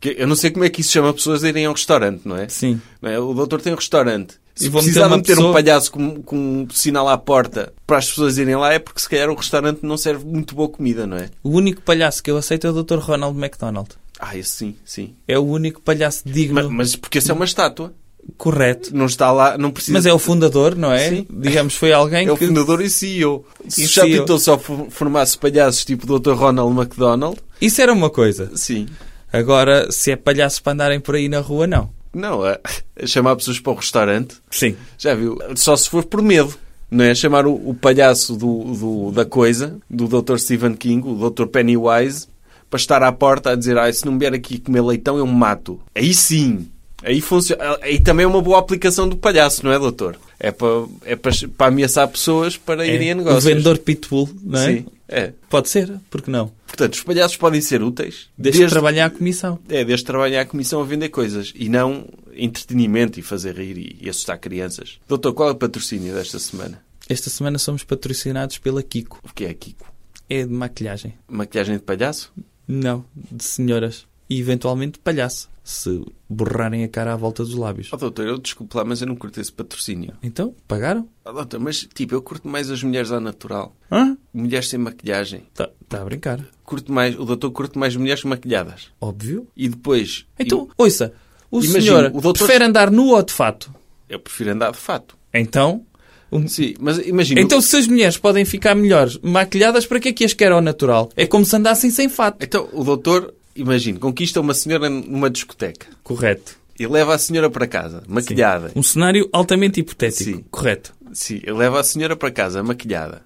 B: Que eu não sei como é que isso chama pessoas a irem a um restaurante, não é?
C: Uhum. Sim.
B: Não é? O doutor tem um restaurante. Se
C: E vou
B: precisar
C: meter uma
B: de meter um
C: pessoa-
B: palhaço com, com um sinal à porta para as pessoas irem lá, é porque se calhar o restaurante não serve muito boa comida, não é?
C: O único palhaço que eu aceito é o Dr. Ronald McDonald.
B: Ah, isso sim, sim.
C: É o único palhaço
B: Mas,
C: digno,
B: mas porque essa é uma estátua.
C: correto.
B: Não está lá, não precisa
C: Mas é o fundador, não é?
B: Sim.
C: Digamos, foi alguém
B: É o
C: que...
B: fundador e CEO. Se
C: E
B: o Chapitou
C: CEO.
B: só for- formasse palhaços tipo Dr. Ronald McDonald,
C: Isso era uma coisa.
B: sim.
C: Agora, se é palhaço para andarem por aí na rua, não.
B: Não, a, a chamar pessoas para o restaurante,
C: Sim.
B: já viu? Só se for por medo. Não é? Chamar o, o palhaço do, do- da coisa, do Dr. Stephen King, o Dr. Pennywise, para estar à porta a dizer: ah, se não vier aqui comer leitão, eu mato. Aí sim. Aí funciona. Aí também é uma boa aplicação do palhaço, não é, doutor? É para, é para, para ameaçar pessoas para irem a
C: É o
B: negócios.
C: vendedor Pitbull, não é?
B: Sim. É.
C: Pode ser, porque não?
B: Portanto, os palhaços podem ser úteis
C: Desde, que trabalhar a comissão.
B: é, desde trabalhar a comissão a vender coisas e não entretenimento e fazer rir e, e assustar crianças. Doutor, qual é o patrocínio desta semana?
C: Esta semana somos patrocinados pela Kiko.
B: O que é, Kiko?
C: É de maquilhagem.
B: Maquilhagem de palhaço?
C: Não, de senhoras. E eventualmente de palhaço. Se borrarem a cara à volta dos lábios.
B: Oh, doutor, eu desculpo lá, mas eu não curto esse patrocínio.
C: Então, pagaram?
B: Oh, doutor, mas tipo, eu curto mais as mulheres ao natural.
C: Hã?
B: Mulheres sem maquilhagem.
C: Tá, tá a brincar.
B: Curto mais, o doutor curte mais mulheres maquilhadas.
C: Óbvio.
B: E depois...
C: Então, ouça. O
B: Imagina,
C: senhor
B: o doutor-
C: prefere andar nu ou de fato?
B: Eu, eu prefiro andar de fato.
C: Então... um-
B: Sim, mas imagina...
C: Então, se as mulheres podem ficar melhores maquilhadas, para que é que as quer ao natural? É como se andassem sem fato.
B: Então, o doutor, imagina, conquista uma senhora numa discoteca.
C: Correto.
B: E leva a senhora para casa, maquilhada.
C: Um cenário altamente hipotético.
B: Sim.
C: Correto.
B: Sim, ele leva a senhora para casa, maquilhada.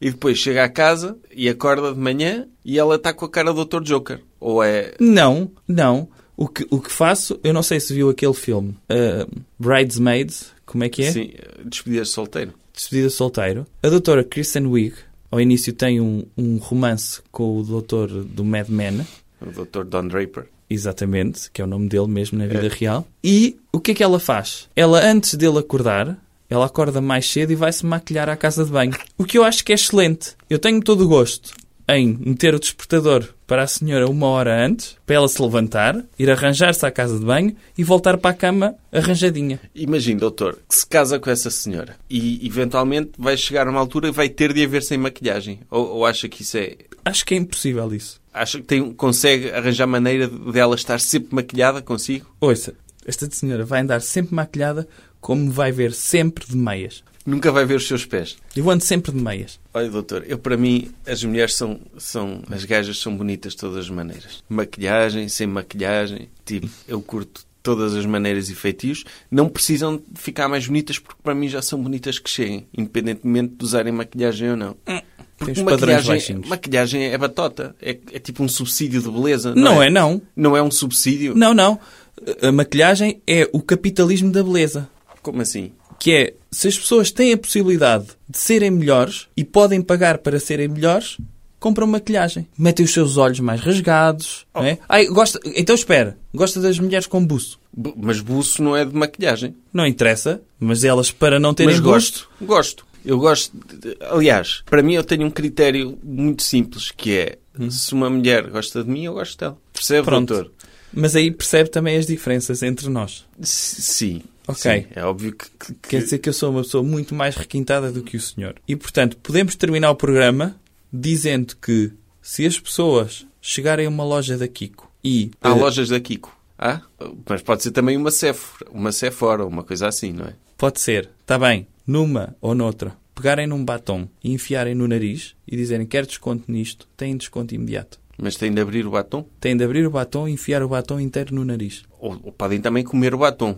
B: E depois chega à casa e acorda de manhã e ela está com a cara do Dr. Joker. Ou é.
C: Não, não. O que, o que faço, eu não sei se viu aquele filme ah, Bridesmaids, como é que é?
B: Sim, despedida de solteiro.
C: Despedida de solteiro. A doutora Kristen Wiig, ao início tem um, um romance com o doutor do Mad Men,
B: O Dr. Don Draper.
C: exatamente, que é o nome dele mesmo na vida real. E o que é que ela faz? Ela, antes dele acordar, ela acorda mais cedo e vai-se maquilhar à casa de banho. O que eu acho que é excelente. Eu tenho todo o gosto em meter o despertador para a senhora uma hora antes, para ela se levantar, ir arranjar-se à casa de banho e voltar para a cama arranjadinha.
B: Imagina, doutor, que se casa com essa senhora e eventualmente vai chegar a uma altura e vai ter de haver sem maquilhagem. Ou, ou acha que isso é.
C: Acho que é impossível isso.
B: Acha que tem, consegue arranjar maneira dela estar sempre maquilhada consigo?
C: Ouça, esta senhora vai andar sempre maquilhada como vai ver sempre de meias.
B: Nunca vai ver os seus pés.
C: Eu ando sempre de meias.
B: Olha, doutor, eu para mim as mulheres são, são. As gajas são bonitas de todas as maneiras. Maquilhagem, sem maquilhagem. Tipo, eu curto todas as maneiras e feitios. Não precisam de ficar mais bonitas porque para mim já são bonitas que cheguem, independentemente de usarem maquilhagem ou não.
C: Tens
B: Porque
C: padrões
B: maquilhagem,
C: baixinhos.
B: maquilhagem é batota. É, é tipo um subsídio de beleza. Não,
C: Não, é não.
B: Não é um subsídio?
C: Não, não. A maquilhagem é o capitalismo da beleza.
B: Como assim?
C: Que é, se as pessoas têm a possibilidade de serem melhores e podem pagar para serem melhores, compram maquilhagem. Metem os seus olhos mais rasgados. não é? Ai, gosta... Então espera, gosta das mulheres com buço.
B: Bu- Mas buço não é de maquilhagem.
C: Não interessa, mas elas para não terem
B: Mas
C: gosto.
B: gosto. Gosto. Eu gosto. de- aliás, para mim eu tenho um critério muito simples que é se uma mulher gosta de mim, eu gosto dela. Percebe,
C: Hum. Pronto.
B: doutor?
C: Mas aí percebe também as diferenças entre nós.
B: S- Sim.
C: Ok.
B: Sim. É óbvio que. que- que-
C: Quer dizer que eu sou uma pessoa muito mais requintada do que o senhor. E, portanto, podemos terminar o programa dizendo que se as pessoas chegarem a uma loja da Kiko e...
B: Há
C: eh,
B: lojas da Kiko. Ah, mas pode ser também uma Sephora, uma Sephora, uma coisa assim, não é?
C: Pode ser, está bem, numa ou noutra, pegarem num batom e enfiarem no nariz e dizerem quer desconto nisto, têm desconto imediato.
B: Mas tem de abrir o batom.
C: Têm de abrir o batom e enfiar o batom inteiro no nariz.
B: Ou, ou podem também comer o batom.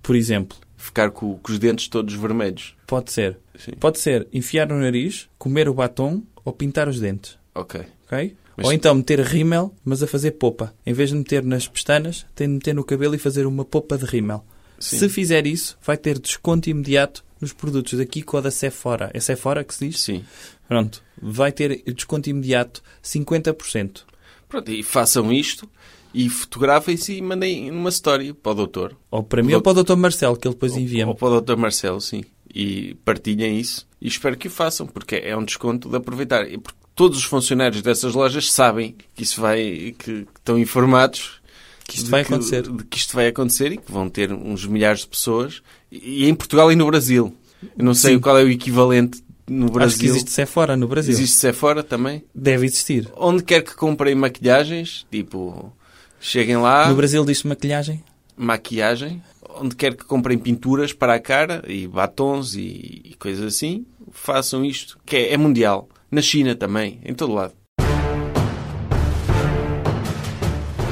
C: Por exemplo,
B: Ficar co- com, os dentes todos vermelhos.
C: pode ser.
B: Sim.
C: Pode ser enfiar no nariz, comer o batom ou pintar os dentes.
B: Ok.
C: ok?
B: Mas-
C: Ou então meter rímel, mas a fazer popa. Em vez de meter nas pestanas, tem de meter no cabelo e fazer uma popa de rímel. Se fizer isso, vai ter desconto imediato nos produtos da Kiko ou da Sephora. É Sephora que se diz?
B: Sim.
C: Pronto. Vai ter desconto imediato 50%.
B: Pronto, e façam isto e fotografem-se e mandem numa história para o doutor.
C: Ou para mim ou para o Dr. Marcelo, que ele depois
B: Ou
C: envia-me.
B: para o doutor Marcelo, sim. E partilhem isso. E espero que o façam, porque é um desconto de aproveitar. E porque todos os funcionários dessas lojas sabem que isso vai... que, que estão informados...
C: Que isto
B: de
C: vai acontecer.
B: De que isto vai acontecer e que vão ter uns milhares de pessoas. E, e em Portugal e no Brasil. Eu não sei qual é o equivalente no Brasil.
C: Acho que existe Sephora no Brasil.
B: Existe Sephora também.
C: Deve existir.
B: Onde quer que comprem maquilhagens, tipo, cheguem lá,
C: No Brasil diz-se maquilhagem?
B: maquiagem, onde quer que comprem pinturas para a cara e batons e, e coisas assim, façam isto, que é, é mundial. Na China também, em todo lado.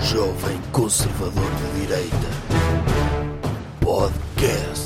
A: Jovem Conservador de Direita. Podcast.